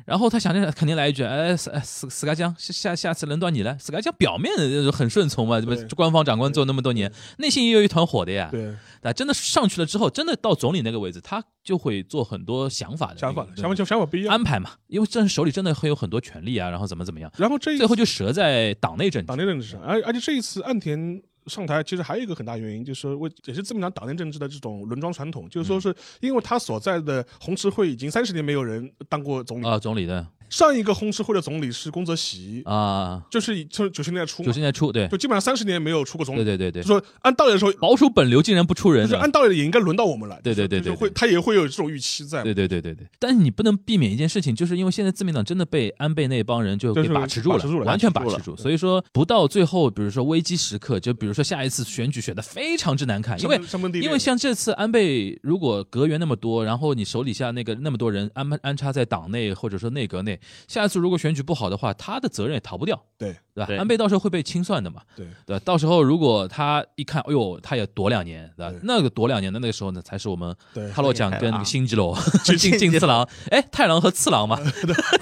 S3: 然后他想着肯定来一句，哎，斯斯斯嘎江，下下次轮到你了。斯嘎江表面呃很顺从嘛，这不
S2: 对
S3: 官方长官做那么多年，内心也有一团火的呀。
S2: 对，
S3: 啊，真的上去了之后，真的到总理那个位置，他就会做很多想法的
S2: 想法
S3: 那个
S2: 想法就想法不一样。
S3: 安排嘛，因为这手里真的会有很多权利啊，然后怎么怎么样，
S2: 然后这一
S3: 最后就折在党内政
S2: 党
S3: 治。
S2: 内政治上，而而且这一次岸田上台，其实还有一个很大原因，就是说为也是自民党党内政治的这种轮装传统，就是说
S3: 嗯
S2: 是因为他所在的红十会已经三十年没有人当过总理，
S3: 啊、总理的
S2: 上一个红十会的总理是宫泽喜，
S3: 啊，
S2: 就是就是九十年代初
S3: 九
S2: 嘛，
S3: 十年代初，对，
S2: 就基本上三十年没有出过总
S3: 对
S2: 理。
S3: 对对
S2: 就
S3: 对，
S2: 说按道理来说，
S3: 保守本流竟然不出人
S2: 就是
S3: 的，
S2: 按道理也应该轮到我们了。
S3: 对对对
S2: 就是
S3: 对
S2: 会
S3: 对
S2: 他也会有这种预期在嘛。
S3: 对对对对对，但是你不能避免一件事情，就是因为现在自民党真的被安倍那帮人就
S2: 就
S3: 给
S2: 是
S3: 把持住了，
S2: 把持住了
S3: 完全把
S4: 把持
S3: 持
S4: 住了
S3: 住。所以说，不到最后，比如说危机时刻，就比如说下一次选举选的非常之难看，因为
S2: 山本地
S3: 因为像这次安倍如果隔员那么多，然后你手底下那个那么多人安排安插在党内或者说内阁内，下一次如果选举不好的话，他的责任也逃不掉，
S2: 对
S3: 对吧？
S4: 对
S3: 安倍到时候会被清算的嘛，
S2: 对
S3: 对吧？到时候如果他一看，哎呦，他也躲两年，对吧
S2: 对？
S3: 那个躲两年的那个时候呢，才是我们
S2: 对
S3: 哈罗奖
S4: 太
S3: 跟
S4: 郎
S3: 新 之楼
S4: 就
S3: 进
S4: 进
S3: 进次郎，哎，太郎和次郎嘛，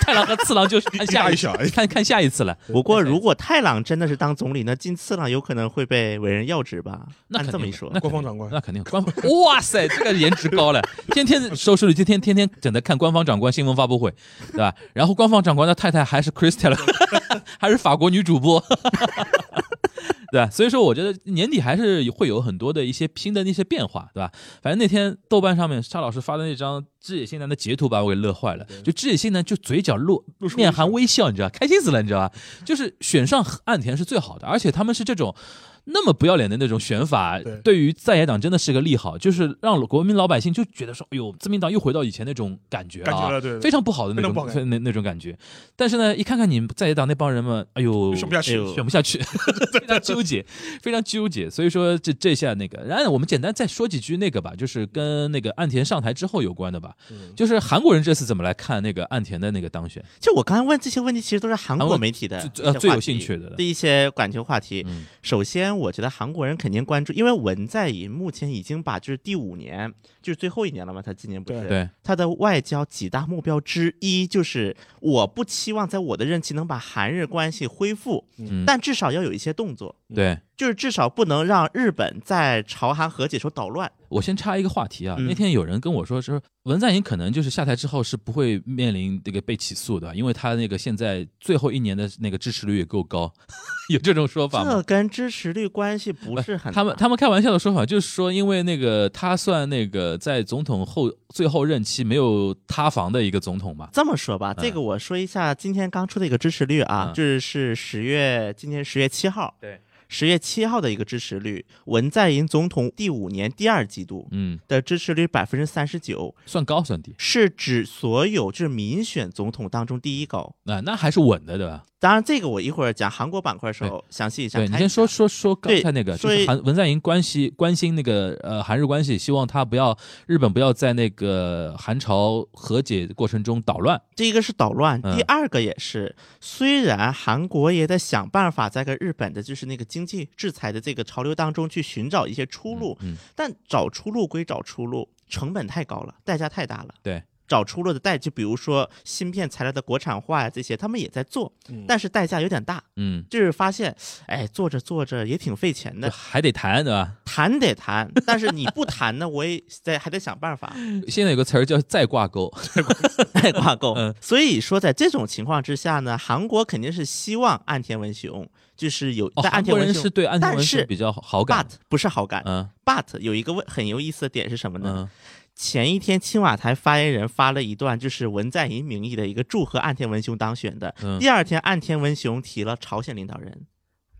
S3: 太郎和次 郎就是看
S2: 一
S3: 下
S2: 大
S3: 一
S2: 一小哎
S3: 看看下一次了。
S4: 不过，如果太郎真的是当总理，那金次郎有可能会被委任要职吧？
S3: 那
S4: 按
S3: 肯
S4: 这么
S3: 定
S4: 一
S3: 的
S4: 说
S3: 那，
S2: 官方
S3: 肯定
S2: 长官
S3: 那肯定官方。哇塞，这个颜值高了，天天收视率，天天天天整的看官方长官新闻发布会，对吧？然后官方长官的太太还是 Crystal，还是法国女主播。对吧？所以说，我觉得年底还是会有很多的一些新的那些变化，对吧？反正那天豆瓣上面沙老师发的那张志野新男的截图把我给乐坏了。就志野新男就嘴角露
S2: 露出微
S3: 面含微笑，你知道，开心死了，你知道吧？就是选上岸田是最好的，而且他们是这种。那么不要脸的那种选法，
S2: 对
S3: 对于在野党真的是个利好，就是让国民老百姓就觉得说，哎呦，自民党又回到以前那种感觉
S2: 感觉
S3: 啊
S2: 了，对对
S3: 非常不好的那
S2: 非常不
S3: 种
S2: 好感
S3: 非那那种感觉。但是呢，一看看你们在野党那帮人们，哎呦，
S2: 选不下去
S4: 哎呦
S3: 选不下去， 非常纠结，非常纠结。所以说这这下那个，然后我们简单再说几句那个吧，就是跟那个岸田上台之后有关的吧。
S2: 嗯
S3: 就是韩国人这次怎么来看那个岸田的那个当选？
S4: 就我刚才问这些问题，其实都是韩
S3: 韩
S4: 国
S3: 国
S4: 媒体的
S3: 最最
S4: 一些
S3: 呃最有
S4: 哎话题
S3: 兴趣的了
S4: 一些感情话题
S3: 嗯。
S4: 首先，我觉得韩国人肯定关注，因为文在寅目前已经把就是第五年，就是最后一年了嘛，他今年不
S2: 对
S4: 是
S3: 对，
S4: 他的外交几大目标之一就是，我不期望在我的任期能把韩日关系恢复，
S3: 嗯，
S4: 但至少要有一些动作，
S3: 对。
S4: 就是至少不能让日本在朝韩和解时候捣乱。
S3: 我先插一个话题啊，
S4: 嗯
S3: 那天有人跟我说，说文在寅可能就是下台之后是不会面临这个被起诉的，因为他那个现在最后一年的那个支持率也够高， 有这种说法吗？
S4: 这跟支持率关系不是很大。
S3: 他们他们开玩笑的说法就是说，因为那个他算那个在总统后最后任期没有塌房的一个总统嘛，
S4: 这么说吧，
S3: 嗯
S4: 这个我说一下，今天刚出的一个支持率啊，
S3: 嗯
S4: 就是是十月，今天十月七号，
S3: 对，
S4: 十月七号的一个支持率，文在寅总统第五年第二季度
S3: 嗯，
S4: 的支持率百分之三十九，
S3: 算高算低，
S4: 是指所有就是民选总统当中第一高。
S3: 那、那还是稳的，对吧？
S4: 当然，这个我一会儿讲韩国板块的时候详细展
S3: 对
S4: 开一下。
S3: 你先说说说刚
S4: 对
S3: 才那个，就
S4: 所
S3: 是
S4: 以
S3: 韩文在寅关系关心那个呃韩日关系，希望他不要日本不要在那个韩朝和解过程中捣乱。
S4: 第一个是捣乱，
S3: 嗯
S4: 第二个也是，虽然韩国也在想办法在跟日本的就是那个经济制裁的这个潮流当中去寻找一些出路，
S3: 嗯，
S4: 但找出路归找出路，成本太高了，代价太大了。
S3: 对。
S4: 找出路的代，就比如说芯片材料的国产化呀，这些他们也在做，
S2: 嗯
S4: 但是代价有点大。
S3: 嗯，
S4: 就是发现，哎，做着做着也挺费钱
S3: 那
S4: 的，
S3: 还得谈对吧？
S4: 谈得谈，但是你不谈呢，我也在还得想办法。
S3: 现在有个词儿叫再挂钩，
S4: 再 挂钩
S3: 嗯。
S4: 所以说，在这种情况之下呢，韩国肯定是希望岸田文雄就是有
S3: 哦
S4: 在
S3: 韩
S4: 岸田
S3: 国
S4: 文
S3: 人
S4: 雄
S3: 是对安藤
S4: 但
S3: 文
S4: 是
S3: 雄比较好感
S4: but
S3: 的。
S4: 不是好感。
S3: 嗯
S4: but 有一个问很有意思的点是什么呢？
S3: 嗯，
S4: 前一天青瓦台发言人发了一段就是文在寅名义的一个祝贺岸田文雄当选的，
S3: 嗯
S4: 第二天岸田文雄提了朝鲜领导人，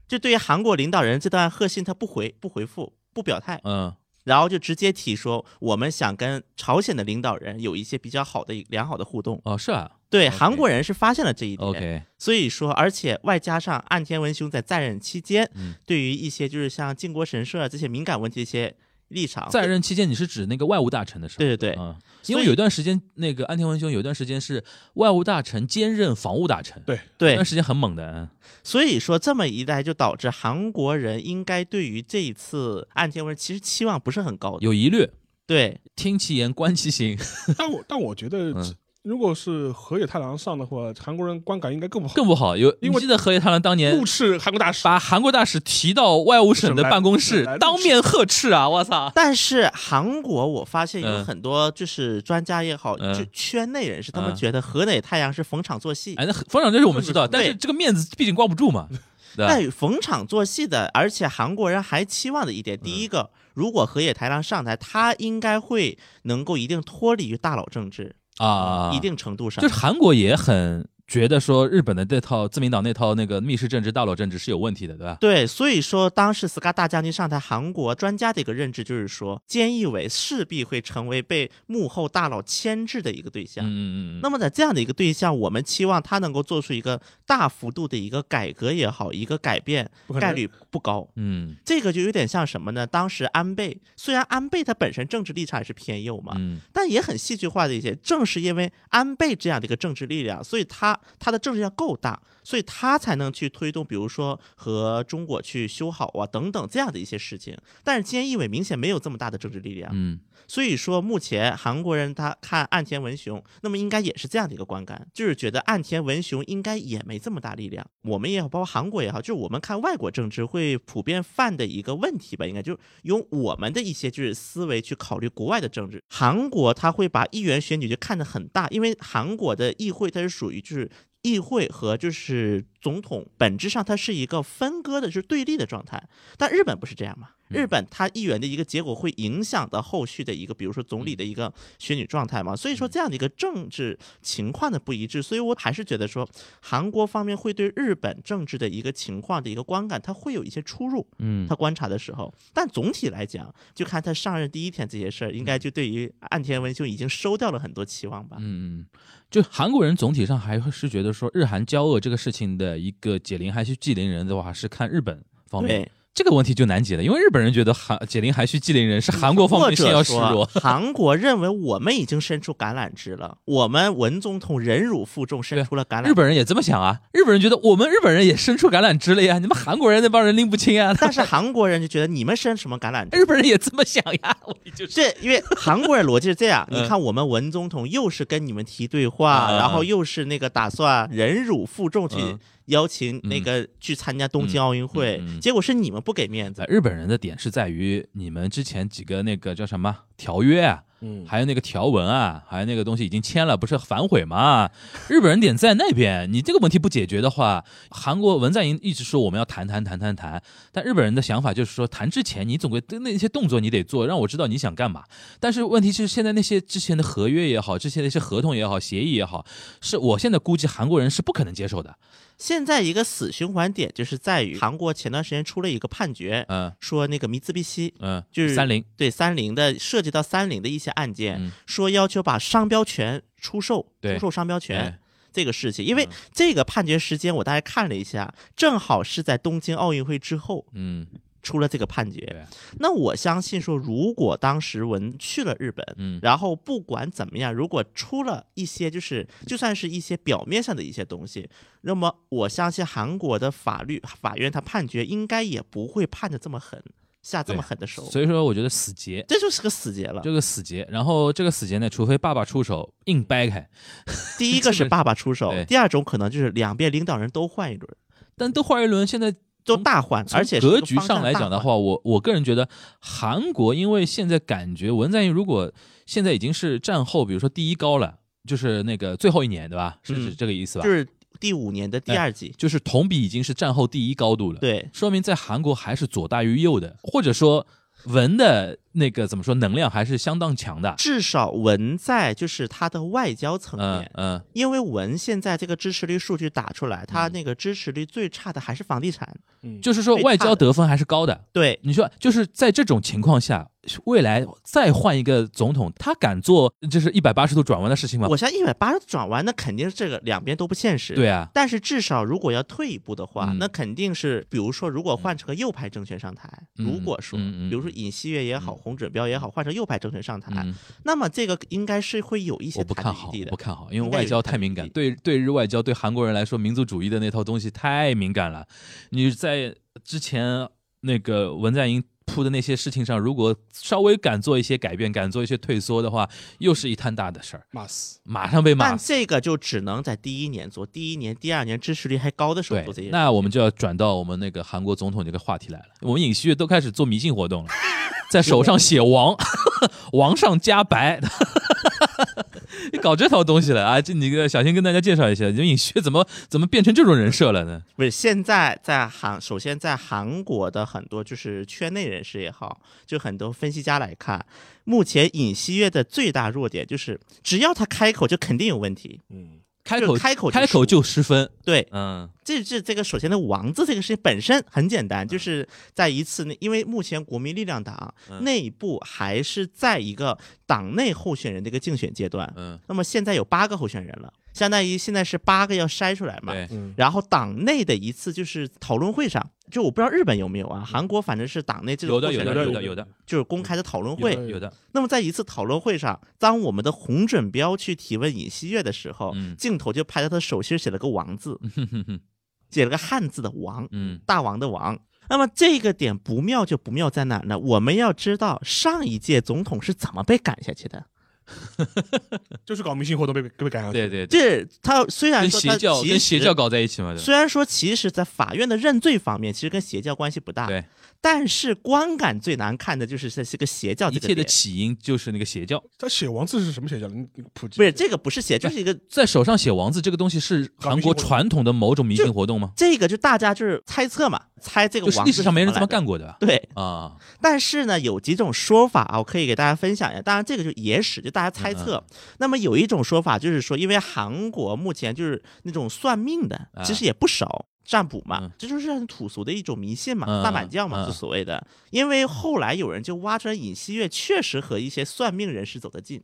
S4: 就对于韩国领导人这段贺信他不回不回复不表态，
S3: 嗯
S4: 然后就直接提说我们想跟朝鲜的领导人有一些比较好的良好的互动。
S3: 哦是啊
S4: 对
S3: OK
S4: 韩国人是发现了这一点
S3: ，OK，
S4: 所以说，而且外加上岸田文雄在在任期间，
S3: 嗯
S4: 对于一些就是像靖国神社啊这些敏感问题的一些立场，
S3: 在任期间你是指那个外务大臣的事儿？
S4: 对对对，
S3: 嗯，
S4: 所
S3: 因
S4: 以
S3: 为有一段时间那个安田文雄有一段时间是外务大臣兼任防务大臣，
S2: 对
S3: 那
S4: 对
S3: 段，时间很猛的。嗯
S4: 所以说这么一来就导致韩国人应该对于这一次岸田文其实期望不是很高的，
S3: 有疑虑，
S4: 对
S3: 听其言观其行，
S2: 但我但我觉得
S3: 嗯，
S2: 如果是河野太郎上的话，韩国人观感应该更不好。
S3: 更不好。有
S2: 因为
S3: 你记得河野太郎当年
S2: 怒斥韩国大使，
S3: 把韩国大使提到外务省的办公
S2: 是
S3: 室
S2: 来，
S3: 当面呵斥啊！我操，
S4: 但是韩国，我发现有
S3: 嗯
S4: 很多就是专家也好，
S3: 嗯
S4: 就圈内人士，他们
S3: 嗯
S4: 觉得河内太阳是逢场作戏。
S3: 哎，那冯长这是我们知道，
S2: 对
S3: 但是这个面子毕竟挂不住嘛，对吧？
S4: 但逢场作戏的，而且韩国人还期望的一点，
S3: 嗯
S4: 第一个，如果河野太郎上台，他应该会能够一定脱离于大佬政治
S3: 啊，
S4: 一定程度上
S3: 就是。韩国也很觉得说日本的这套自民党那套那个密室政治、大佬政治是有问题的，对吧？
S4: 对，所以说当时斯卡大将军上台，韩国专家的一个认知就是说，菅义伟势必会成为被幕后大佬牵制的一个对象。
S3: 嗯嗯嗯嗯。
S4: 那么在这样的一个对象，我们期望他能够做出一个大幅度的一个改革也好，一个改变
S2: 不可能
S4: 概率不高。
S3: 嗯
S4: 这个就有点像什么呢？当时安倍虽然安倍他本身政治立场也是偏右嘛，
S3: 嗯，
S4: 但也很戏剧化的一些。正是因为安倍这样的一个政治力量，所以他他的政治力量够大，所以他才能去推动，比如说和中国去修好啊等等这样的一些事情。但是菅义伟明显没有这么大的政治力量，
S3: 嗯，
S4: 所以说，目前韩国人他看岸田文雄，那么应该也是这样的一个观感，就是觉得岸田文雄应该也没这么大力量。我们也好，包括韩国也好，就是我们看外国政治会普遍犯的一个问题吧，应该就是用我们的一些就是思维去考虑国外的政治。韩国他会把议员选举就看得很大，因为韩国的议会它是属于就是。议会和就是总统本质上它是一个分割的，就是对立的状态。但日本不是这样嘛？
S3: 嗯
S4: 日本它议员的一个结果会影响到后续的一个，比如说总
S3: 嗯
S4: 理的一个选举状态嘛。所以说这样的一个政治情况的不一致，所以我还是觉得说韩国方面会对日本政治的一个情况的一个观感，它会有一些出入。
S3: 嗯
S4: 他观察的时候，但总体来讲，就看他上任第一天这些事儿，应该就对于岸田文雄已经收掉了很多期望吧。
S3: 嗯嗯，嗯，就韩国人总体上还是觉得说日韩交恶这个事情的一个解铃还须系铃人的话，是看日本方面。
S4: 对，
S3: 这个问题就难解了，因为日本人觉得韩解铃还须系铃人是韩国方
S4: 或
S3: 面先
S4: 者
S3: 要示
S4: 说
S3: 弱。
S4: 韩国认为我们已经伸出橄榄枝了，我们文总统忍辱负重，伸
S3: 对
S4: 出了橄榄枝
S3: 日。本人也这么想啊，日本人觉得我们日本人也伸出橄榄枝了呀，你们韩国人那帮人拎不清啊。
S4: 但是韩国人就觉得你们伸什么橄榄枝？
S3: 日本人也这么想呀，我就是
S4: 这因为韩国人逻辑是 这样，
S3: 嗯
S4: 你看我们文总统又是跟你们提对话，
S3: 嗯
S4: 然后又是那个打算忍辱负重去
S3: 嗯
S4: 邀请那个去参加东京奥运会，
S3: 嗯嗯嗯哎
S4: 结果是你们不给面子
S3: 在。日本人的点是在于你们之前几个那个叫什么条约啊，
S2: 嗯，
S3: 还有那个条文啊，还有那个东西已经签了，不是反悔吗？日本人点在那边，你这个问题不解决的话，韩国文在寅一直说我们要谈谈谈谈谈，但日本人的想法就是说，谈之前你总归那些动作你得做，让我知道你想干嘛。但是问题是，现在那些之前的合约也好，之前的一些合同也好，协议也好，是我现在估计韩国人是不可能接受的。
S4: 现在一个死循环点就是在于韩国前段时间出了一个判决，
S3: 嗯
S4: 说那个密兹比西
S3: 嗯，
S4: 就是
S3: 三菱，
S4: 对三菱的涉及到三菱的一些案件，
S3: 嗯
S4: 说要求把商标权出售，
S3: 对
S4: 出售商标权。
S3: 哎
S4: 这个事情，因为这个判决时间我大概看了一下，正好是在东京奥运会之后
S1: 嗯
S4: 出了这个判决。
S1: 对
S4: 那我相信说，如果当时文去了日本，
S1: 嗯
S4: 然后不管怎么样，如果出了一些就是就算是一些表面上的一些东西，那么我相信韩国的法律法院他判决应该也不会判的这么狠，下这么
S3: 对
S4: 狠的手，
S3: 所以说我觉得死结。
S4: 这就是个死结了
S3: 这。个死结，然后这个死结呢，除非爸爸出手硬掰开，
S4: 第一个是爸爸出手
S3: 对，
S4: 第二种可能就是两边领导人都换一轮，
S3: 但都换一轮，现在
S4: 都大换，
S3: 从
S4: 而且是
S3: 格
S4: 个
S3: 局
S4: 方
S3: 上
S4: 向
S3: 来
S4: 大
S3: 讲的
S4: 换，
S3: 话，我我个人觉得韩国，因为现在感觉文在寅如果现在已经是战后，比如说第一高了，就是那个最后一年，对吧？是
S4: 嗯
S3: 指这个意思吧？哎
S4: 就是第五年的第二季，
S3: 就是同比已经是战后第一高度了，，
S4: 对，
S3: 说明在韩国还是左大于右的，或者说文的那个怎么说能量还是相当强的。
S4: 至少文在就是他的外交层
S3: 嗯
S4: 面，
S3: 嗯，
S4: 因为文现在这个支持率数据打出来，它那个支持率最差的还是房地产。
S2: 嗯，
S3: 就是说
S4: 最
S3: 外
S4: 差
S3: 交
S4: 的
S3: 得分还是高的。
S4: 对，
S3: 你说，就是在这种情况下，未来再换一个总统，他敢做就是一百八十度转弯的事情吗？
S4: 我想一百八十转弯，那肯定是这个两边都不现实。
S3: 对。啊，
S4: 但是至少，如果要退一步的话，
S3: 嗯
S4: 那肯定是，比如说，如果换成个右派政权上台，
S3: 嗯
S4: 如果说，
S3: 嗯嗯
S4: 比如说尹锡悦也好，洪准标也好，换成右派政权上台，
S3: 嗯，
S4: 那么这个应该是会有一些
S3: 我不看
S4: 谈比
S3: 好，
S4: 例
S3: 我
S4: 的
S3: 不。看好，因为
S4: 应该
S3: 外
S4: 有
S3: 交
S4: 一个
S3: 太敏感，对对日外交对韩国人来说，民族主义的那套东西太敏感了。你在之前那个文在寅铺的那些事情上，如果稍微敢做一些改变，敢做一些退缩的话，又是一摊大的事儿，
S2: 骂死。
S3: 马上被骂
S4: 但
S3: 死。
S4: 这个就只能在第一年做，第一年、第二年支持率还高的时候
S3: 对
S4: 做这些，事。
S3: 那我们就要转到我们那个韩国总统这个话题来了。我们尹锡悦都开始做迷信活动了， 在手上写王， 王上加白， 你搞这套东西了啊！这你个小心跟大家介绍一下，你尹锡悦怎么怎么变成这种人设了呢？
S4: 不是，现在在韩，首先在韩国的很多就是圈内人士也好，就很多分析家来看，目前尹锡悦的最大弱点就是，只要他开口就肯定有问题。
S2: 嗯，
S3: 开口
S4: 就开口就
S3: 开口
S4: 输
S3: 就失分，
S4: 对，
S3: 嗯
S4: 这这这个首先的“王”字这个事情本身很简单，就是在一次那，因为目前国民力量党
S3: 嗯
S4: 内部还是在一个党内候选人的一个竞选阶段，
S3: 嗯，
S4: 那么现在有八个候选人了，相当于现在是八个要筛出来嘛，
S3: 对，
S2: 嗯
S4: 然后党内的一次就是讨论会上，就我不知道日本有没有啊，韩国反正是党内这种
S3: 有的
S4: 候
S3: 有
S4: 选
S3: 的
S4: 人
S3: 有
S4: 有
S3: 的有的
S4: 就是公开的讨论
S3: 有
S4: 会
S3: 的。有的，
S4: 那么在一次讨论会上，当我们的洪准标去提问尹锡悦的时候，
S3: 嗯
S4: 镜头就拍到他手心写了个 王字，
S3: 哼哼哼
S4: 写了个汉字的王，
S3: 嗯
S4: 大王的王。那么这个点不妙就不妙在哪儿呢？我们要知道上一届总统是怎么被赶下去的。
S2: 就是搞迷信活动被被赶上去。
S3: 对对对，
S4: 这他虽然
S3: 跟
S4: 说他
S3: 邪教
S4: 其
S3: 跟邪
S4: 实
S3: 教搞在一起嘛，对吧
S4: 虽然说其实，在法院的认罪方面，其实跟邪教关系不大，
S3: 对，
S4: 但是观感最难看的就是这是个邪教
S3: 一
S4: 这
S3: 切
S4: 个
S3: 的
S4: 点，
S3: 起因就是那个邪教，
S2: 他写王字是什么写下来？你你普及
S4: 不是这个不是邪，就是一个
S3: 在手上写王字这个东西是
S2: 搞
S3: 韩
S2: 迷信
S3: 国
S2: 活动
S3: 传统的某种迷
S4: 就
S3: 信活动吗？
S4: 这个就大家就是猜测嘛，猜这个
S3: 就是
S4: 王
S3: 历史上没人这
S4: 怎
S3: 么
S4: 来的。
S3: 干过的吧
S4: 对，
S3: 啊，
S4: 但是呢，有几种说法啊，我可以给大家分享一下。当然，这个就野史，就大
S3: 嗯
S4: 家猜测。那么有一种说法就是说，因为韩国目前就是那种算命的，
S3: 啊
S4: 其实也不少。占卜嘛，
S3: 嗯
S4: 这就是很土俗的一种迷信嘛，
S3: 嗯
S4: 大板教嘛，
S3: 嗯
S4: 就所谓的。因为后来有人就挖出来尹锡悦确实和一些算命人士走得近。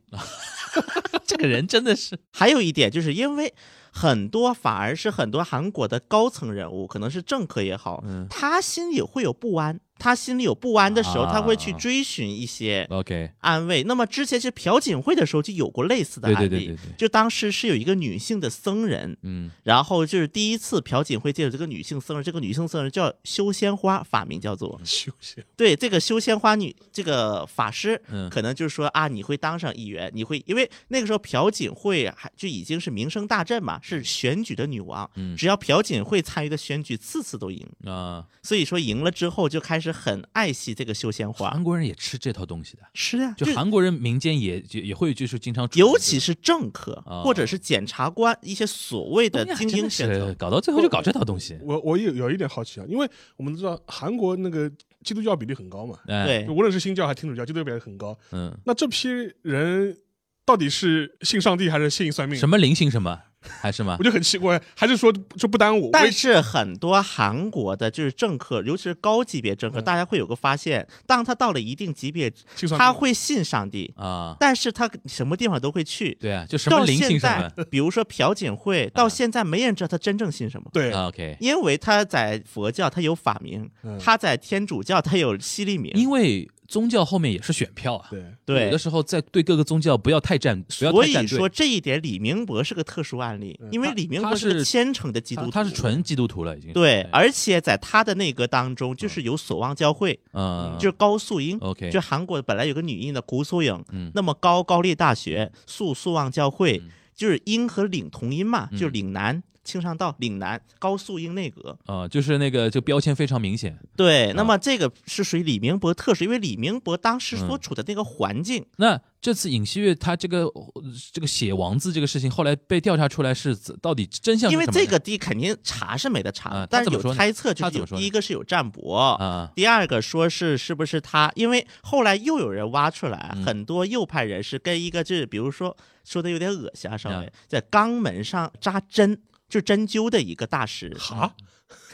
S3: 这个人真的是，
S4: 还有一点，就是因为很多反而是很多韩国的高层人物，可能是政客也好，
S3: 嗯
S4: 他心里会有不安，他心里有不安的时候，
S3: 啊
S4: 他会去追寻一些
S3: ，OK，
S4: 安慰。那么之前是朴槿惠的时候就有过类似的案
S3: 对
S4: 例，
S3: 对对对对
S4: 就当时是有一个女性的僧人。
S3: 嗯
S4: 然后就是第一次朴槿惠借着这个女性僧人，这个女性僧人叫修仙花，法名叫
S3: 嗯
S4: 做
S2: 休息。
S4: 对这个修仙花女这个法师，
S3: 嗯
S4: 可能就是说啊，你会当上议员，你会因为那个时候朴槿惠还就已经是名声大振嘛，是选举的女王，
S3: 嗯
S4: 只要朴槿惠参与的选举，次次都赢，
S3: 啊，
S4: 所以说赢了之后就开始很爱惜这个修仙花
S3: 韩，国人也吃这套东西的，
S4: 是啊，
S3: 就韩国人民间也也也会就是经常出现这
S4: 尤
S3: 种，
S4: 其是政客
S3: 啊
S4: 或者是检察官一些所谓的
S2: 哎
S3: 东亚哎
S4: 精
S3: 真
S4: 英
S3: 的
S4: 选
S3: 是
S4: 择，
S3: 搞到最后就搞这套东西，
S2: 我我有有一点好奇啊，因为我们都知道韩国那个基督教比例很高嘛，
S3: 哎，
S4: 对，
S2: 无论是新教还是天主教，基督教比例很高。
S3: 嗯，
S2: 那这批人到底是信上帝还是信算命？
S4: 嗯
S3: 什么灵性什么，还是吗
S2: 我？就很奇怪，还是说就不耽误？我
S4: 但
S2: 也
S4: 是很多韩国的就是政客，尤其是高级别政客，
S2: 嗯
S4: 大家会有个发现，当他到了一定级别，
S2: 清算
S4: 他
S2: 过
S4: 会信上帝，
S3: 啊，
S4: 但是他什么地方都会去。
S3: 对啊，就什么
S4: 到
S3: 灵性啊什
S4: 现在
S3: 么，
S4: 比如说朴 槿惠，到现在没人知道他真正信什么。
S2: 对，
S3: 啊，OK。
S4: 因为他在佛教，他有法名；
S2: 嗯
S4: 他在天主教，他有西利名。
S3: 因为宗教后面也是选票啊，
S2: 对，
S3: 有
S4: 对
S3: 的，时候在对各个宗教不要太站，不要
S4: 所
S3: 太站
S4: 以
S3: 队。嗯
S4: 说这一点李明博是个特殊案例，因为
S3: 他
S4: 李明
S3: 他
S4: 博是
S3: 是
S4: 个虔诚的基督
S3: 他
S4: 徒，
S3: 他是纯基督徒了，已经是
S4: 对，
S3: 哎
S4: 而且在他的那个当中，就是有所望教会，
S3: 嗯，
S4: 就是高素英，
S3: OK，
S4: 就韩国本来有个女印的古素英，
S3: 嗯
S4: 那么高高丽大学、素素望教会，就是英和岭同音嘛，
S3: 嗯
S4: 就是岭南。青上道、岭南、高素英内阁，
S3: 呃，就是那个就标签非常明显。
S4: 对，
S3: 啊
S4: 那么这个是属于李明博特殊，因为李明博当时所
S3: 嗯
S4: 处的那个环境，
S3: 那这次尹锡悦他这个呃这个写王字这个事情，后来被调查出来是怎到底真相是什
S4: 因
S3: 么
S4: 为
S3: 呢？
S4: 这个地肯定查是没得查，
S3: 啊他
S4: 但是
S3: 怎么
S4: 有
S3: 说呢
S4: 猜测，
S3: 他怎么
S4: 就是有
S3: 说呢
S4: 第一个是有占卜，
S3: 啊，
S4: 第二个说是是不是他？因为后来又有人挖出来，
S3: 嗯
S4: 很多右派人士跟一个就是，比如说说的有点恶心啊，稍
S3: 嗯
S4: 微在肛门上扎针，就针灸的一个大师，
S2: 哈，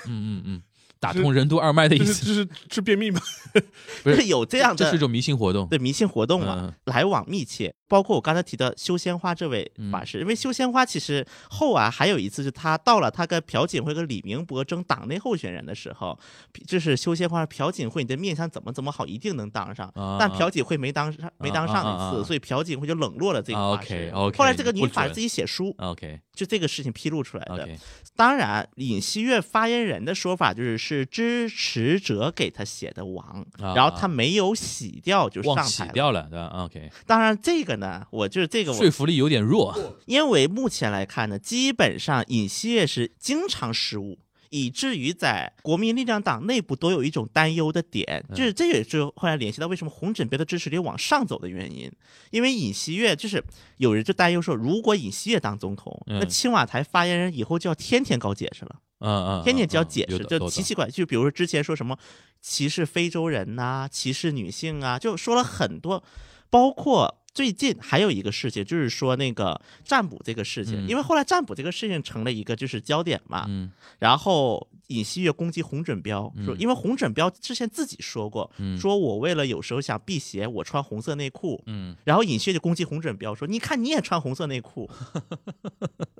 S3: 嗯嗯嗯，打通任督二脉的意
S2: 这
S3: 思，
S2: 是这是治便秘吗？
S3: 不
S4: 就是是有这样
S3: 这是一
S4: 的
S3: 种迷信活动。
S4: 对迷信活动嘛，
S3: 嗯
S4: 来往密切。包括我刚才提到修仙花这位
S3: 嗯
S4: 法师，因为修仙花其实后啊还有一次是他到了他跟朴槿惠跟李明博争党内候选人的时候，就是修仙花朴槿惠你的面相怎么怎么好，一定能当上。
S3: 啊
S4: 但朴槿惠没当上，没当上
S3: 啊
S4: 一
S3: 啊啊
S4: 次，所以朴槿惠就冷落了这个
S3: 啊
S4: 法师。
S3: ，OK，OK，
S4: 后来这个女
S3: 不
S4: 法师
S3: 准
S4: 自己写书，
S3: 啊 OK
S4: 就这个事情披露出来的。
S3: OK，
S4: 当然，尹锡悦发言人的说法就是是支持者给他写的王，
S3: 啊
S4: 然后他没有洗掉就上
S3: 忘洗
S4: 台了。
S3: 掉了，对吧啊？OK，
S4: 当然，这个呢，我就是这个我
S3: 说服力有点弱。
S4: 因为目前来看呢，基本上尹锡悦是经常失误。以至于在国民力量党内部都有一种担忧的点，就是这也是后来联系到为什么红枕标的支持率往上走的原因，因为尹锡悦就是有人就担忧说，如果尹锡悦当总统，
S3: 嗯
S4: 那青瓦台发言人以后就要天天搞解释了，
S3: 嗯嗯，
S4: 天天
S3: 嗯
S4: 就要
S3: 嗯
S4: 解
S3: 有
S4: 释，
S3: 的
S4: 就
S3: 有
S4: 奇
S3: 的
S4: 奇怪，就比如说之前说什么歧视非洲人呐、歧视女性啊，就说了很多，包括。最近还有一个事情，就是说那个占卜这个事情，
S3: 嗯
S4: 因为后来占卜这个事情成了一个就是焦点嘛，
S3: 嗯
S4: 然后尹锡悦攻击洪准彪，说
S3: 嗯
S4: 因为洪准彪之前自己说过，
S3: 嗯
S4: 说我为了有时候想辟邪，我穿红色内裤。
S3: 嗯
S4: 然后尹锡悦就攻击洪准彪说：“你看你也穿红色 内裤，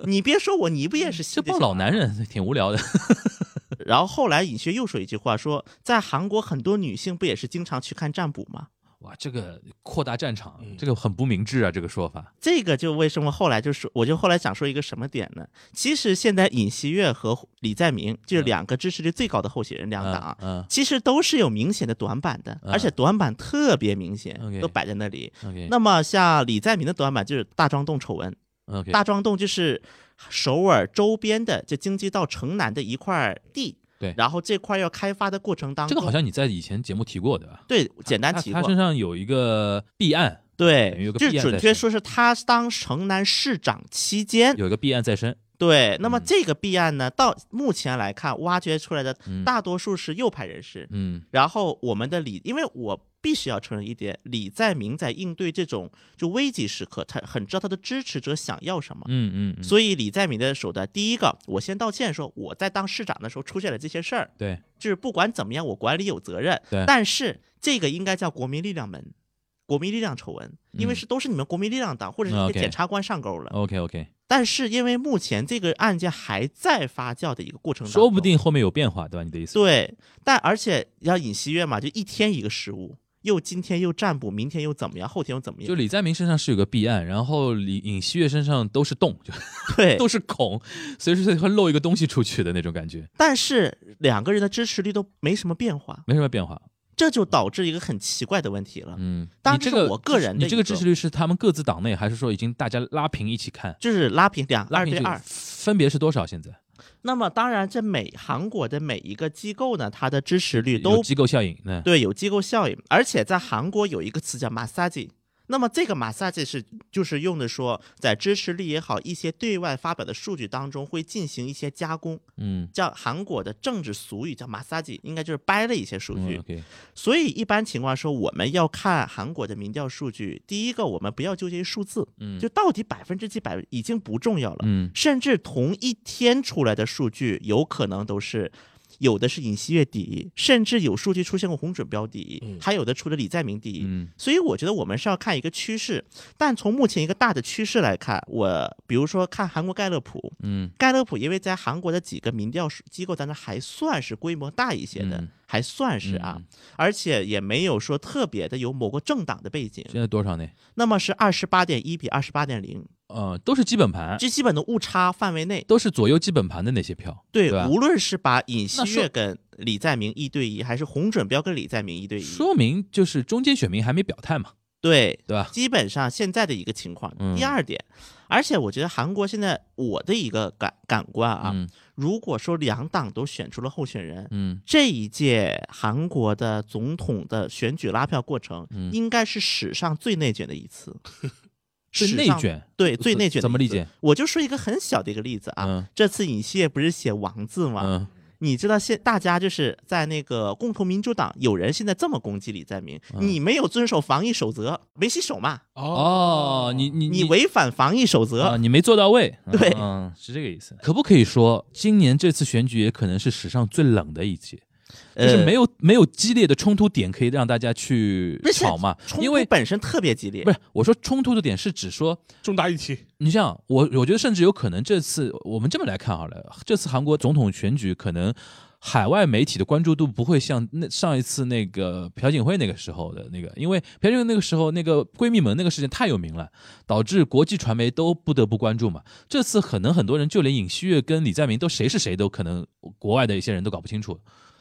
S4: 你别说我，你不也是
S3: 这
S4: 这
S3: 帮老男人 挺无聊的。
S4: 然后后来尹薛又说一句话，说在韩国很多女性不也是经常去看占卜吗？
S3: 哇，这个扩大战场
S2: 嗯，
S3: 这个很不明智啊，这个说法。
S4: 这个就为什么后来就是，我就后来想说一个什么点呢？其实现在尹锡悦和李在明就是
S3: 嗯
S4: 两个支持率最高的候选人，两党啊、
S3: 嗯
S4: 其实都是有明显的短板的，
S3: 嗯
S4: 而且短板特别明显，
S3: OK
S4: 都摆在那里。
S3: ，OK
S4: 那么像李在明的短板就是大庄洞丑闻，
S3: 嗯 OK，
S4: 大庄洞就是首尔周边的，就京畿道城南的一块地。
S3: 对
S4: 然后这块要开发的过程当
S3: 这
S4: 中，
S3: 个好像你在以前节目提过，对吧？
S4: 对简单
S3: 他
S4: 提
S3: 他
S4: 过，
S3: 身上有一个弊案，等于
S4: 对
S3: 有，个
S4: 就
S3: 弊
S4: 是
S3: 案
S4: 准
S3: 在
S4: 确
S3: 身
S4: 说是他当城南市长期间，
S3: 有一个弊案在身。
S4: 对。那么
S3: 嗯
S4: 这个弊案呢，到目前来看，挖掘出来的
S3: 嗯
S4: 大多数是右派人士。
S3: 嗯
S4: 然后我们的李，因为我必须要承认一点，李在明在应对这种就危急时刻，他很知道他的支持者想要什么。
S3: 嗯嗯嗯，
S4: 所以李在明的手段，第一个，我先道歉，说我在当市长的时候出现了这些事儿，
S3: 对
S4: 就是不管怎么样，我管理有责任
S3: 对。
S4: 但是这个应该叫国民力量门，国民力量丑闻，因为
S3: 嗯
S4: 是都是你们国民力量党或者是
S3: 嗯
S4: 一些
S3: ，OK 哦
S4: 检察官上钩了。
S3: ，OK OK，
S4: 但是因为目前这个案件还在发酵的一个过程当中，
S3: 说不定后面有变化，对吧？你的意思？
S4: 对。但而且要尹锡悦嘛，就一天一个失误，又今天又占卜，明天又怎么样，后天又怎么样，
S3: 就李在明身上是有个弊案，然后李尹锡悦身上都是洞，就
S4: 对
S3: 都。是孔，随时随地会漏一个东西出去的那种感觉，
S4: 但是两个人的支持率都没什么变化，
S3: 没什么变化。
S4: 这就导致一个很奇怪的问题了，
S3: 嗯，
S4: 当
S3: 你
S4: 然
S3: 这
S4: 这
S3: 个
S4: 是我个人的
S3: 你这个
S4: 一个
S3: 支持率是他们各自党内，还是说已经大家拉平一起看？
S4: 就是拉平两
S3: 拉
S4: 二
S3: 平
S4: 对
S3: 这个
S4: 二。
S3: 分别是多少？现在
S4: 那么当然，这每韩国的每一个机构呢，它的支持率
S3: 有
S4: 都
S3: 机构效应，嗯
S4: 对有机构效应，而且在韩国有一个词叫 massage，那么这个马萨这是就是用的说，在支持率也好，一些对外发表的数据当中会进行一些加工，
S1: 嗯，
S4: 叫韩国的政治俗语叫马萨吉，应该就是掰了一些数据。
S1: 嗯，OK，
S4: 所以一般情况说，我们要看韩国的民调数据，第一个我们不要纠结于数字，
S1: 嗯
S4: 就到底百分之几百已经不重要了。
S1: 嗯
S4: 甚至同一天出来的数据，有可能都是。有的是尹锡悦第一，甚至有数据出现过洪准标第一，
S2: 嗯
S4: 还有的出了李在明第一。
S1: 嗯
S4: 所以我觉得我们是要看一个趋势，但从目前一个大的趋势来看，我比如说看韩国盖勒普，
S1: 嗯
S4: 盖勒普因为在韩国的几个民调数机构当中还算是规模大一些的，
S1: 嗯
S4: 还算是啊，
S3: 嗯
S4: 而且也没有说特别的有某个政党的背景，
S1: 现在多少呢？
S4: 那么是二十八点一比二十八点零，
S3: 呃，都是基本盘，
S4: 这基本的误差范围内。
S3: 都是左右基本盘的那些票，
S4: 对，
S3: 吧？
S4: 无论是把尹
S3: 那
S4: 锡
S3: 说
S4: 悦跟李在明一对一，还是洪准标跟李在明一对一，
S3: 说明就是中间选民还没表态嘛，
S4: 对
S3: 对吧？
S4: 基本上现在的一个情况。
S1: 嗯
S4: 第二点，而且我觉得韩国现在我的一个感感官啊，
S1: 嗯
S4: 如果说两党都选出了候选人，
S1: 嗯
S4: 这一届韩国的总统的选举拉票过程，
S1: 嗯
S4: 应该是史上最内卷的 一次。
S3: 是
S4: 史
S3: 内
S4: 上
S3: 卷，
S4: 对最内卷的
S3: 怎么
S4: 一
S3: 理
S4: 次
S3: 解？
S4: 我就说一个很小的一个例子啊，
S1: 嗯
S4: 这次尹锡悦不是写王字吗？
S1: 嗯
S4: 你知道现大家就是在那个共同民主党，有人现在这么攻击李在明，
S1: 嗯
S4: 你没有遵守防疫守则，没洗手嘛，
S3: 哦，你你
S4: 你违反防疫守
S3: 啊，
S4: 则，
S3: 你没做到位，
S4: 对
S1: 嗯，是这个意思。
S3: 可不可以说今年这次选举也可能是史上最冷的一届？就
S4: 呃
S3: 是没有没有激烈的冲突点可以让大家去
S4: 不是
S3: 吵嘛？
S4: 冲
S3: 因
S4: 突
S3: 为
S4: 本身特别激烈
S3: 不，是我说冲突的点是指说，
S2: 重大议题，
S3: 你像我，我觉得甚至有可能这次我们这么来看好了，这次韩国总统选举可能海外媒体的关注度不会像那上一次那个朴槿惠那个时候的那个，因为朴槿惠那个时候那个闺蜜门那个事件太有名了，导致国际传媒都不得不关注嘛。这次可能很多人就连尹锡悦跟李在明都谁是谁都可能国外的一些人都搞不清楚。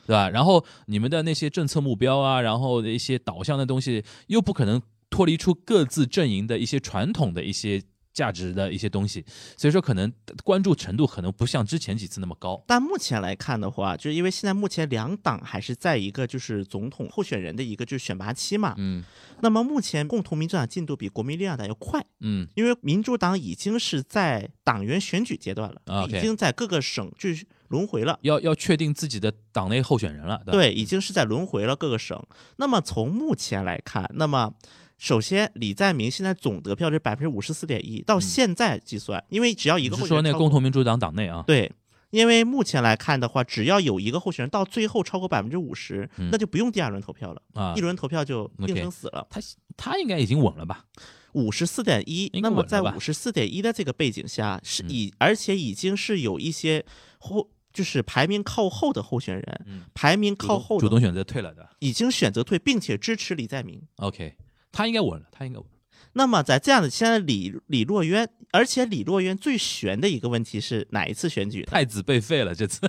S3: 对吧？然后你们的那些政策目标啊，然后的一些导向的东西，又不可能脱离出各自阵营的一些传统的一些价值的一些东西，所以说可能关注程度可能不像之前几次那么高。
S4: 但目前来看的话，就是因为现在目前两党还是在一个就是总统候选人的一个就是选拔期嘛，
S1: 嗯
S4: 那么目前共同民主党进度比国民力量党要快，
S1: 嗯
S4: 因为民主党已经是在党员选举阶段
S3: 啊
S4: 了，
S3: ，OK
S4: 已经在各个省去轮回了。
S3: 要要确定自己的党内候选人了，吧
S4: 对，已经是在轮回了各个省。那么从目前来看，那么首先李在明现在总得票是百分之五十四点一，到现在计算，因为只要一
S3: 嗯你
S4: 个
S3: 是
S4: 候
S3: 说
S4: 选
S3: 那
S4: 人
S3: 个
S4: 超
S3: 共
S4: 过
S3: 同民主党党内啊？
S4: 对。因为目前来看的话，只要有一个候选人到最后超过百分之五十，那就不用第二轮投票了，
S3: 嗯啊
S4: 一，轮投票就
S3: OK
S4: 定生死了。
S3: 他他应该已经稳了吧？
S4: 五十四点一，
S3: 应该
S4: 那么
S3: 稳了
S4: 在
S3: 吧嗯
S4: 五十四点一的这个背景下，是已、而且已经是有一些后就是排名靠后的候选人，
S1: 嗯
S4: 排名靠后
S3: 主
S4: 的
S3: 动选择退了的
S4: 已经选择退，并且支持李在明。
S3: ，OK，他应该稳了，他应该稳了。
S4: 那么在这样的现在李李洛渊，而且李洛渊最悬的一个问题是哪一次选举呢？
S3: 太子被废了这次，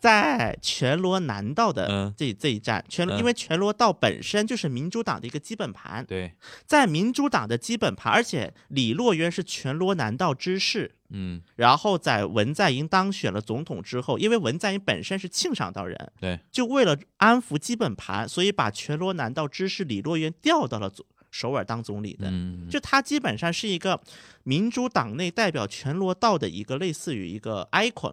S4: 在全罗南道的
S3: 嗯
S4: 这、这一战，全
S3: 嗯
S4: 罗因为全罗道本身就是民主党的一个基本盘，
S3: 对，
S4: 在民主党的基本盘，而且李洛渊是全罗南道知事。
S1: 嗯
S4: 然后在文在寅当选了总统之后，因为文在寅本身是庆尚道人，
S3: 对，
S4: 就为了安抚基本盘，所以把全罗南道知事李洛渊调到了总首尔当总理的。
S1: 嗯，
S4: 就他基本上是一个民主党内代表全罗道的一个类似于一个 icon，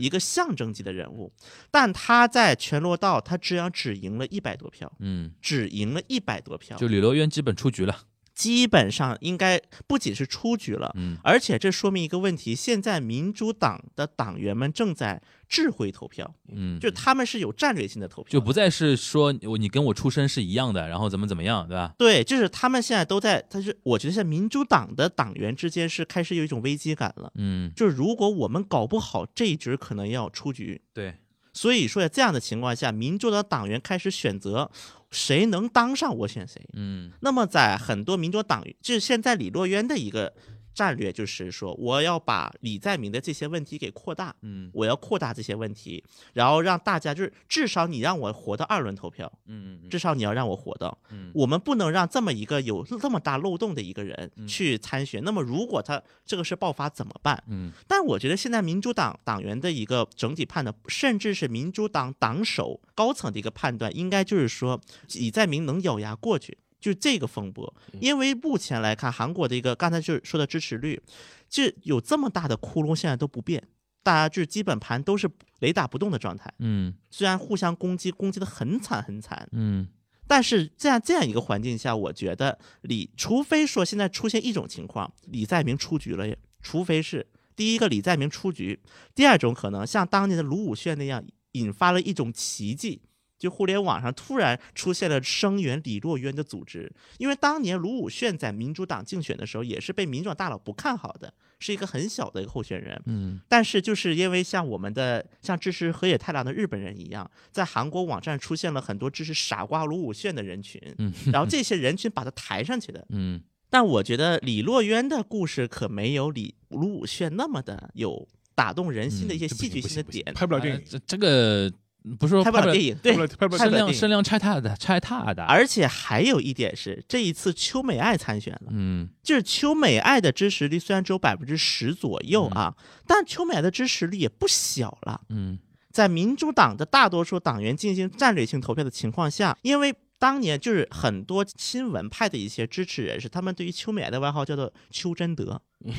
S4: 一个象征级的人物。但他在全罗道，他只要只赢了一百多票，
S1: 嗯
S4: 只赢了一百多票，
S3: 就李罗渊基本出局了。
S4: 基本上应该不仅是出局了，
S1: 嗯
S4: 而且这说明一个问题：现在民主党的党员们正在智慧投票，
S1: 嗯，
S4: 就他们是有战略性的投票的，
S3: 就不再是说我你跟我出身是一样的，然后怎么怎么样，对吧？
S4: 对，就是他们现在都在，但是我觉得现在民主党的党员之间是开始有一种危机感了。
S1: 嗯
S4: 就是如果我们搞不好这一局，可能要出局。
S3: 对，
S4: 所以说，在这样的情况下，民主党党员开始选择谁能当上，我选谁。
S1: 嗯
S4: 那么在很多民主党，就是现在李洛渊的一个战略，就是说我要把李在明的这些问题给扩大，
S1: 嗯
S4: 我要扩大这些问题，然后让大家就是至少你让我活到二轮投票，
S1: 嗯
S4: 至少你要让我活到，
S1: 嗯
S4: 我们不能让这么一个有这么大漏洞的一个人
S1: 嗯
S4: 去参选。那么如果他这个事爆发怎么办？
S1: 嗯
S4: 但我觉得现在民主党党员的一个整体判断，甚至是民主党党首高层的一个判断，应该就是说李在明能咬牙过去。就这个风波，因为目前来看，韩国的一个刚才就是说的支持率，就有这么大的窟窿，现在都不变，大家就基本盘都是雷打不动的状态。
S3: 嗯
S4: 虽然互相攻击，攻击的很惨很惨，
S3: 嗯
S4: 但是这样这样一个环境下，我觉得李，除非说现在出现一种情况，李在明出局了也，除非是第一个李在明出局，第二种可能像当年的卢武铉那样，引发了一种奇迹。就互联网上突然出现了声援李洛渊的组织，因为当年卢武铉在民主党竞选的时候，也是被民主党大佬不看好的，是一个很小的一个候选人。
S3: 嗯
S4: 但是就是因为像我们的像支持河野太郎的日本人一样，在韩国网站出现了很多支持傻瓜卢武铉的人群，
S3: 嗯
S4: 然后这些人群把他抬上去的。
S3: 嗯
S4: 但我觉得李洛渊的故事可没有李卢武铉那么的有打动人心的一些
S2: 嗯这不
S4: 戏
S2: 行
S4: 剧
S2: 不
S4: 性的
S2: 行不行
S4: 点，
S2: 拍不了电
S3: 呃
S2: 影，
S3: 这这个不是说
S4: 拍不
S3: 不
S4: 了电影，
S2: 拍
S4: 对
S2: 不了，拍不了
S4: 拍
S2: 电
S3: 声
S2: 影
S3: 量
S4: 不了电影
S3: 声量差大的，差大的。
S4: 而且还有一点是，这一次秋美爱参选了，
S3: 嗯
S4: 就是秋美爱的支持率虽然只有百分之十左右
S2: 嗯
S4: 啊，但秋美爱的支持率也不小了。
S3: 嗯
S4: 在民主党的大多数党员进行战略性投票的情况下，因为当年就是很多亲文派的一些支持人士，他们对于秋美爱的外号叫做邱真德。
S3: 嗯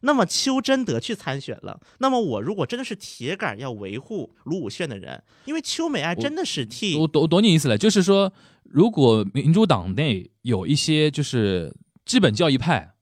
S4: 那么邱真德去参选了，那么我如果真的是铁杆要维护卢武铉的人，因为邱美爱真的是替
S3: 我懂我懂你意思了，就是说，如果民主党内有一些就是基本教义派，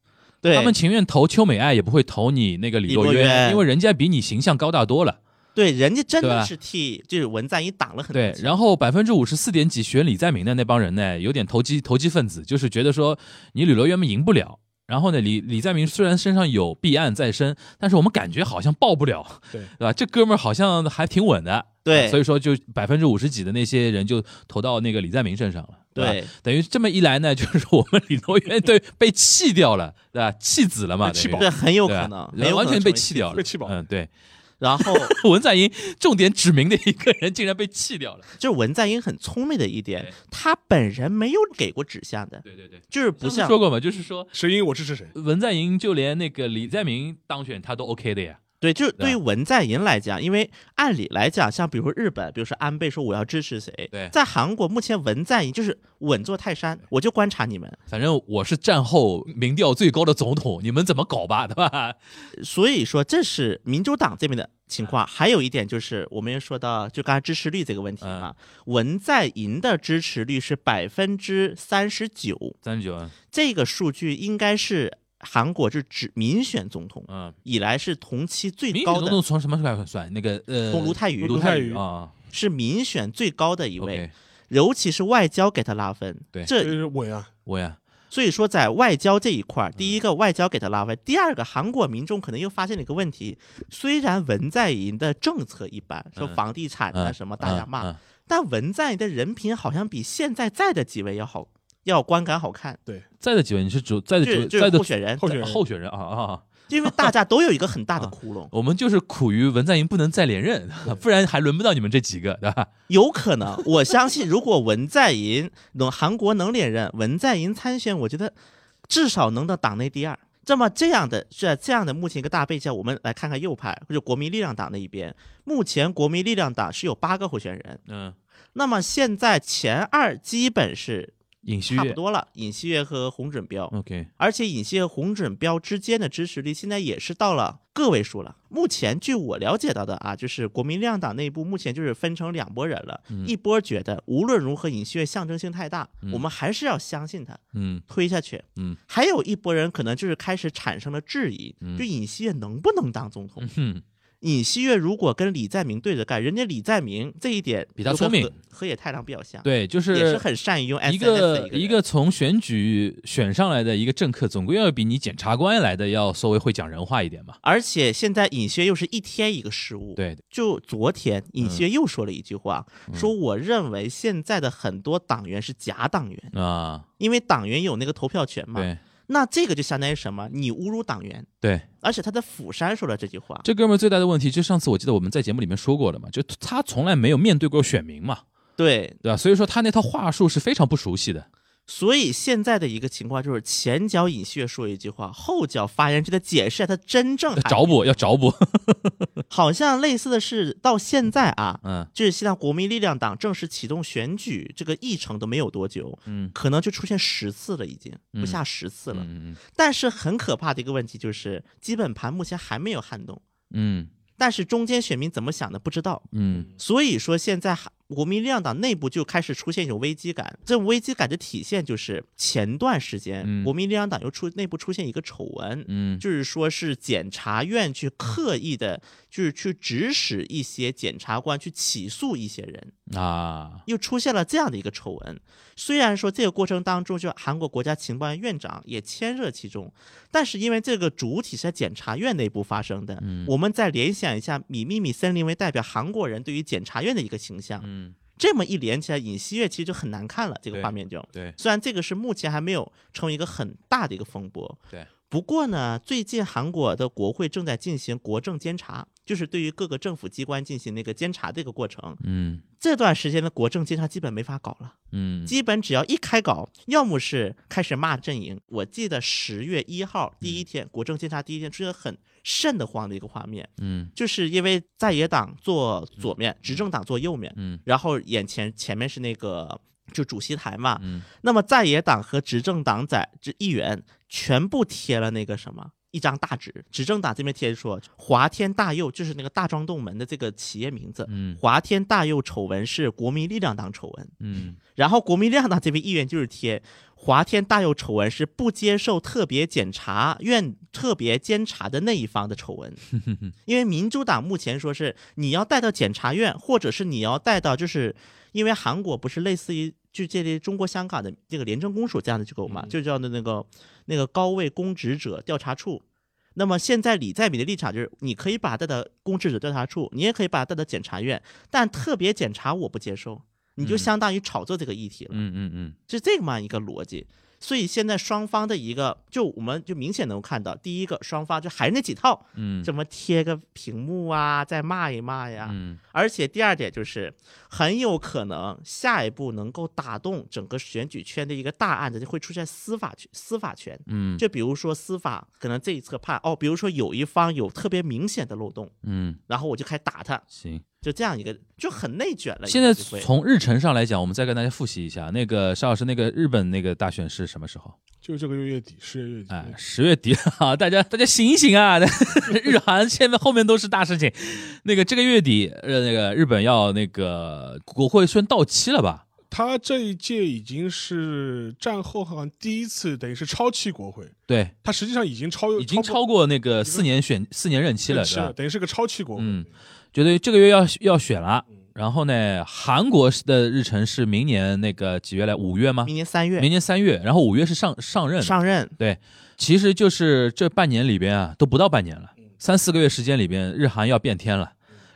S4: 对
S3: 他们情愿投邱美爱，也不会投你那个李洛
S4: 李洛渊
S3: 因为人家比你形象高大多了。
S4: 对人家真
S3: 对吧
S4: 的是替就是文在寅挡了很多
S3: 对，
S4: 钱
S3: 然后百分之五十四点几选李在明的那帮人呢，有点投机投机分子，就是觉得说你李洛渊们赢不了。然后呢，李李在明虽然身上有弊案在身，但是我们感觉好像爆不了，
S2: 对
S3: 吧？这哥们儿好像还挺稳的，啊
S4: 对
S3: 所以说就百分之五十几的那些人就投到那个李在明身上了，吧
S4: 对
S3: 等于这么一来呢，就是我们李诺渊对被弃掉了，对吧？弃子了嘛，
S2: 被弃
S3: 等于
S2: 保
S4: 对，很有
S3: 对
S4: 可
S3: 啊
S4: 能，
S3: 人
S4: 很有
S3: 完
S4: 可能
S3: 全被
S4: 成为
S3: 弃掉了，
S2: 被弃保
S3: 嗯，对，
S4: 然后
S3: 文在寅重点指明的一个人竟然被弃掉了，
S4: 就是文在寅很聪明的一 点
S3: 对，
S4: 他本人没有给过指向的，
S3: 对对对，
S4: 就是不
S3: 不是
S4: 像
S3: 说过嘛，就是说
S2: 谁赢我支持谁。
S3: 文在寅就连那个李在明当选他都 OK 的呀，
S4: 对，就是对于
S3: 对
S4: 文在寅来讲，因为按理来讲，像比如说日本，比如说安倍说我要支持谁，
S3: 对
S4: 在韩国目前文在寅就是稳坐泰山，我就观察你们，
S3: 反正我是战后民调最高的总统，你们怎么搞吧，对吧？
S4: 所以说这是民主党这边的情
S3: 嗯
S4: 况。还有一点就是，我们也说到就刚才支持率这个问题嘛，
S3: 嗯
S4: 文在寅的支持率是百分之三十九，
S3: 三十九，
S4: 这个数据应该是韩国是指民选总统
S3: 嗯，
S4: 以来是同期最
S3: 民选
S4: 高
S3: 总统
S4: 的，
S3: 从什么时候开始算？那个呃，
S4: 从卢泰愚
S3: 卢泰
S2: 卢泰愚
S3: 啊
S4: 是民选最高的一位。
S3: ，OK，
S4: 尤其是外交给他拉分，
S3: 对
S4: 这
S2: 就是稳啊，
S3: 我呀，
S4: 所以说在外交这一块儿，
S3: 嗯
S4: 第一个外交给他拉分，第二个韩国民众可能又发现了一个问题，虽然文在寅的政策一般，说
S3: 嗯
S4: 房地产啊
S3: 嗯，
S4: 什么大家
S3: 嗯
S4: 骂，
S3: 嗯
S4: 但文在寅的人品好像比现在在的几位要好，要观感好看，
S3: 在的几位你是主在的
S4: 就
S3: 主
S4: 是就
S3: 在
S4: 是
S3: 的
S4: 候选人，
S2: 候选人
S3: 候选人啊啊啊！
S4: 因为大家都有一个很大的
S3: 啊
S4: 窟窿，
S3: 我们就是苦于文在寅不能再连任，不然还轮不到你们这几个，对吧？
S4: 有可能，我相信如果文在寅能韩国能连任，文在寅参选，我觉得至少能到党内第二。这么这样的这这样的目前一个大背景，我们来看看右派或者国民力量党那一边。目前国民力量党是有八个候选人，
S3: 嗯，
S4: 那么现在前二基本是
S3: 尹锡
S4: 差不
S3: 悦
S4: 多了，尹锡悦和洪准标。
S3: ，OK，
S4: 而且尹锡悦、洪准标之间的支持率现在也是到了个位数了。目前据我了解到的啊，就是国民力量党内部目前就是分成两拨人了，
S3: 嗯
S4: 一波觉得无论如何尹锡悦象征性太大，我们还是要相信他。
S3: 嗯
S4: 推下去，
S3: 嗯，
S4: 还有一拨人可能就是开始产生了质疑，就尹锡悦能不能当总统？
S3: 哼，
S4: 尹锡悦如果跟李在明对着干，人家李在明这一点
S3: 比他
S4: 就跟
S3: 聪明
S4: 河，河野太郎比较像，，
S3: 对，就
S4: 也
S3: 是
S4: 是很善于用 SNS
S3: 一
S4: 的
S3: 个
S4: 一
S3: 一个从选举选上来的一个政客，总归要比你检察官来的要稍微会讲人话一点嘛。
S4: 而且现在尹锡悦又是一天一个失误，
S3: 对，
S4: 就昨天
S3: 嗯
S4: 尹锡悦又说了一句话，说我认为现在的很多党员是假党员，
S3: 啊，
S4: 因为党员有那个投票权嘛。
S3: 对
S4: 那这个就相当于什么？你侮辱党员，
S3: 对，
S4: 而且他在釜山说了这句话。
S3: 这哥们儿最大的问题，就上次我记得我们在节目里面说过的嘛，就他从来没有面对过选民嘛，
S4: 对，
S3: 对吧？所以说他那套话术是非常不熟悉的。
S4: 所以现在的一个情况就是，前脚尹锡悦说一句话，后脚发言人的解释啊，他真正
S3: 要找补，要找 补。
S4: 好像类似的是，到现在啊，
S3: 嗯
S4: 就是现在国民力量党正式启动选举这个议程都没有多久，
S3: 嗯
S4: 可能就出现十次了，已经
S3: 嗯
S4: 不下十次了。
S3: 嗯
S4: 但是很可怕的一个问题就是，基本盘目前还没有撼动，
S3: 嗯
S4: 但是中间选民怎么想的不知道。
S3: 嗯
S4: 所以说，现在韩国民力量党内部就开始出现一种危机感。这种危机感的体现就是，前段时
S3: 嗯
S4: 间国民力量党又出内部出现一个丑闻，
S3: 嗯
S4: 就是说是检察院去刻意的，就是去指使一些检察官去起诉一些人，
S3: 嗯啊，
S4: 又出现了这样的一个丑闻。虽然说这个过程当中，就韩国国家情报院院长也牵涉其中，但是因为这个主体是在检察院内部发生的，
S3: 嗯
S4: 我们再联想一下米密米森林为代表韩国人对于检察院的一个形象，
S3: 嗯
S4: 这么一连起来，尹锡悦其实就很难看了，这个
S3: 对
S4: 画面就。
S3: 对，
S4: 虽然这个是目前还没有成为一个很大的一个风波，
S3: 对。
S4: 不过呢，最近韩国的国会正在进行国政监察，就是对于各个政府机关进行那个监察的一个过程。
S3: 嗯
S4: 这段时间的国政监察基本没法搞了，
S3: 嗯
S4: 基本只要一开搞，要么是开始骂阵营。我记得十月一号第一天，国政监察第一天出现很瘆得慌的一个画面，
S3: 嗯
S4: 就是因为在野党坐左面，执政党坐右面，
S3: 嗯
S4: 然后眼前前面是那个就主席台嘛，
S3: 嗯
S4: 那么在野党和执政党在这议员全部贴了那个什么一张大纸，执政党这边贴说华天大佑就是那个大庄洞门的这个企业名字，
S3: 嗯
S4: 华天大佑丑闻是国民力量党丑闻，
S3: 嗯
S4: 然后国民力量党这边议员就是贴华天大佑丑闻是不接受特别检察院特别监察的那一方的丑闻，因为民主党目前说是你要带到检察院，或者是你要带到就是因为韩国不是类似于就这类中国香港的这个廉政公署这样的机构嘛，就叫的那个那个高位公职者调查处。那么现在李在明的立场就是，你可以把他带到公职者调查处，你也可以把他带到检察院，但特别检察我不接受，你就
S3: 嗯
S4: 相当于炒作这个议题了。
S3: 嗯嗯嗯
S4: 是这么样一个逻辑。所以现在双方的一个，就我们就明显能看到，第一个双方就还是那几套，
S3: 嗯，
S4: 什么贴个屏幕啊，再骂一骂呀。
S3: 嗯
S4: 而且第二点就是，很有可能下一步能够打动整个选举圈的一个大案子，就会出现司法权司法权。
S3: 嗯
S4: 就比如说司法可能这一侧判哦，比如说有一方有特别明显的漏洞，
S3: 嗯
S4: 然后我就开始打他，
S3: 行。
S4: 就这样一个就很内卷了。
S3: 现在
S4: 已经会
S3: 从日程上来讲，我们再跟大家复习一下，那个邵老师，那个日本那个大选是什么时候？
S2: 就这个月月底，十月月底，
S3: 哎，十月底啊， 大家大家醒一醒啊！ 日韩现在后面都是大事情。那个这个月底，呃，那个日本要那个国会宣到期了吧？
S2: 他这一届已经是战后好像第一次，等于是超期国会，
S3: 对，
S2: 他实际上已经超越
S3: 已经
S2: 超
S3: 超过那个四年选四年任期了，
S2: 是
S3: 对吧
S2: 了，？等于是个超期国会。
S3: 嗯觉得这个月要要选了。然后呢，韩国的日程是明年那个几月来？五月吗
S4: 明？年三月
S3: 明年三月，然后五月是上上任。
S4: 上任，
S3: 对，其实就是这半年里边啊，都不到半年了，三四个月时间里边，日韩要变天了。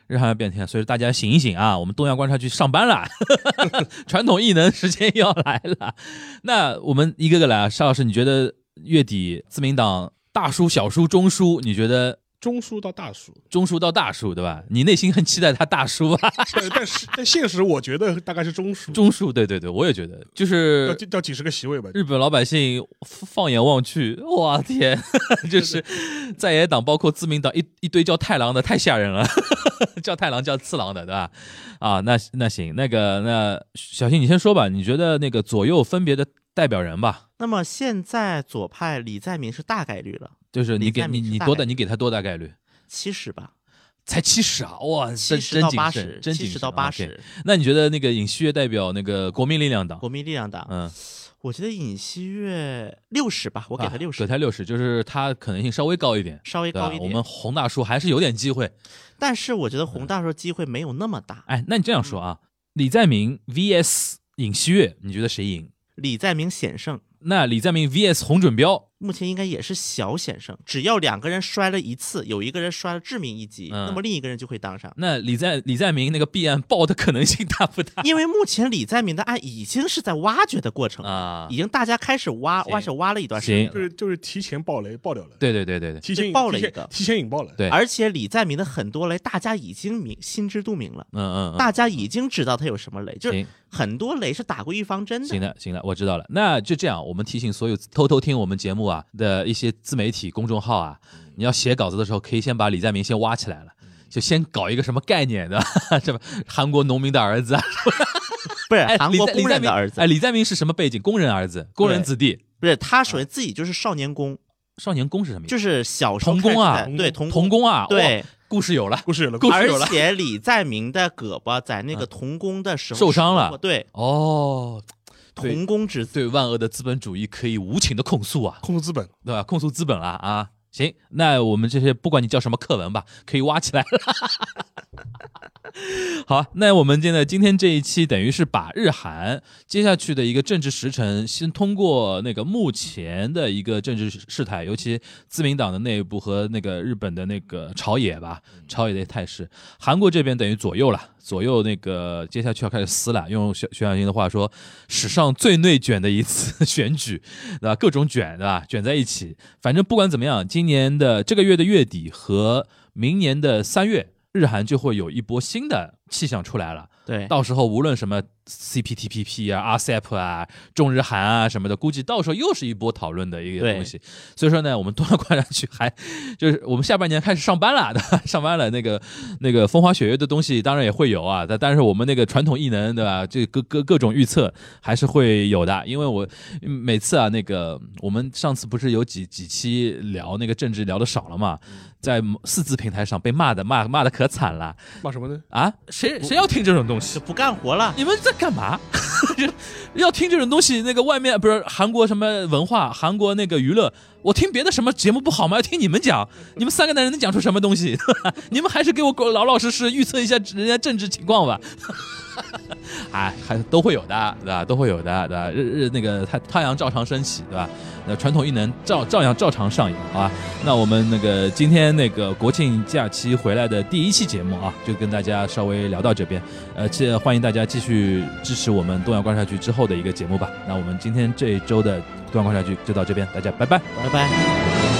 S3: 日韩要变天，所以大家醒一醒啊！我们东亚观察局上班了， 传统异能时间要来了。那我们一个个来啊，邵老师，你觉得月底自民党大叔、小叔、中叔，你觉得
S2: 中枢到大 枢，
S3: 中叔到大叔对吧？你内心很期待他大叔吧？
S2: 但但是但现实我觉得大概是中枢，
S3: 中叔，对对对，我也觉得，就是
S2: 要几要几十个席位吧。
S3: 日本老百姓放眼望去，哇 天，就是在野党包括自民党一一堆叫太郎的太吓人了， 叫太郎叫次郎的，对吧？啊，那那行，那个那小新你先说吧，你觉得那个左右分别的代表人吧，
S4: 那么现在左派李在明是大概率了，
S3: 就是你
S4: 李
S3: 给
S4: 在
S3: 你
S4: 明是
S3: 你
S4: 大
S3: 多
S4: 概
S3: 大
S4: 率
S3: 你给他多大概率？
S4: 七十吧，
S3: 才七十啊！哇，
S4: 七
S3: 真
S4: 十
S3: 真
S4: 到
S3: 谨
S4: 八
S3: 慎
S4: 十，，
S3: 真
S4: 七
S3: 谨慎
S4: 十
S3: 啊
S4: 到八。
S3: OK
S4: 十。
S3: 那你觉得那个尹锡悦代表那个国民力量党？
S4: 国民力量党，
S3: 嗯，
S4: 我觉得尹锡悦六十吧，我给他
S3: 啊
S4: 六十、
S3: 给他六十，就是他可能性稍微高一点，
S4: 稍微
S3: 对
S4: 高
S3: 吧
S4: 一？
S3: 我
S4: 点。
S3: 们嗯洪大叔还是有点机会。
S4: 但是我觉得宏大说机会没有那么大。
S3: 哎，那你这样说
S4: 嗯
S3: 啊，李在明 VS 尹锡悦，你觉得谁赢？
S4: 李在明险胜，
S3: 那李在明 VS 洪准标，
S4: 目前应该也是小险胜，只要两个人摔了一次，有一个人摔了致命一击，
S3: 嗯
S4: 那么另一个人就会当上。
S3: 那李在李在明那个弊案爆的可能性大不大？
S4: 因为目前李在明的案已经是在挖掘的过程了，
S3: 啊
S4: 已，经大家开始挖，
S3: 行
S4: 挖是挖了一段时间
S3: 行
S2: 就是就是提前爆雷爆掉了，
S3: 对对对对对，
S2: 提前
S4: 对爆了
S2: 提前
S4: 一个
S2: 提前引爆了。
S3: 对
S4: 而且李在明的很多雷大家已经明心知肚明了。
S3: 嗯嗯嗯，
S4: 大家已经知道他有什么雷，就是
S3: 行
S4: 很多雷是打过预防针的。
S3: 行的，行的，我知道了。那就这样，我们提醒所有偷偷听我们节目啊的一些自媒体公众号啊，
S4: 嗯
S3: 你要写稿子的时候，可以先把李在明先挖起来了，就先搞一个什么概念的， 什么韩国农民的儿子啊，
S4: 不是
S3: 哎，
S4: 韩
S3: 李
S4: 国
S3: 在李
S4: 工
S3: 在
S4: 人
S3: 明
S4: 的儿子
S3: 哎，，李在明是什么背景？工人儿子，工人
S4: 对
S3: 子弟，
S4: 不是他
S3: 嗯
S4: 属于自己就是少年宫，
S3: 少年宫是什么意思？
S4: 就是小时候
S3: 童工啊
S4: 看起来对童
S3: 童工啊，
S4: 对
S3: 哇，故事有了，
S2: 故事有了，
S3: 故事有
S4: 而
S3: 了嗯
S4: 且李在明的胳膊在那个童工的时候
S3: 受伤了
S4: 对，
S3: 哦，对
S4: 童工之子。
S3: 对万恶的资本主义可以无情的控诉啊，
S2: 控制资本，
S3: 对吧？控诉资本了啊。行，那我们这些不管你叫什么课文吧，可以挖起来了。 好，那我们现在今天这一期等于是把日韩接下去的一个政治时程，先通过那个目前的一个政治事态，尤其自民党的内部和那个日本的那个朝野吧，朝野的态势，韩国这边等于左右了，左右那个接下去要开始撕了。用徐徐小新的话说，史上最内卷的一次 选举，对吧？各种卷，对吧？卷在一起，反正不管怎么样，今年的这个月的月底和明年的三月，日韩就会有一波新的气象出来了。
S4: 对，
S3: 到时候无论什么 CPTPP 啊、RCEP 啊、中日韩啊什么的，估计到时候又是一波讨论的一个
S4: 对
S3: 东西。所以说呢，我们东亚观察局还就是我们下半年开始上班了，对 吧？上班了，那个那个风花雪月的东西当然也会有啊，但但是我们那个传统异能，对吧？这各各各种预测还是会有的，因为我嗯每次啊，那个我们上次不是有几几期聊那个政治聊的少了嘛，在四字平台上被骂的骂骂的可惨了
S2: 骂什么呢？
S3: 啊！谁谁要听这种东西
S4: 就？不干活了。
S3: 你们在干嘛？ 要听这种东西，那个外面不是韩国什么文化，韩国那个娱乐，我听别的什么节目不好吗？要听你们讲，你们三个男人能讲出什么东西？ 你们还是给我给我老老实实预测一下人家政治情况吧。 哎，还是都会有的，对吧？都会有的，对吧？日日那个太太阳照常升起，对吧？那传统异能照照样照常上演，好吧？那我们那个今天那个国庆假期回来的第一期节目啊，就跟大家稍微聊到这边。呃，这欢迎大家继续支持我们东阳观察局之后的一个节目吧。那我们今天这一周的东阳观察局就到这边，大家拜拜。
S4: 拜拜。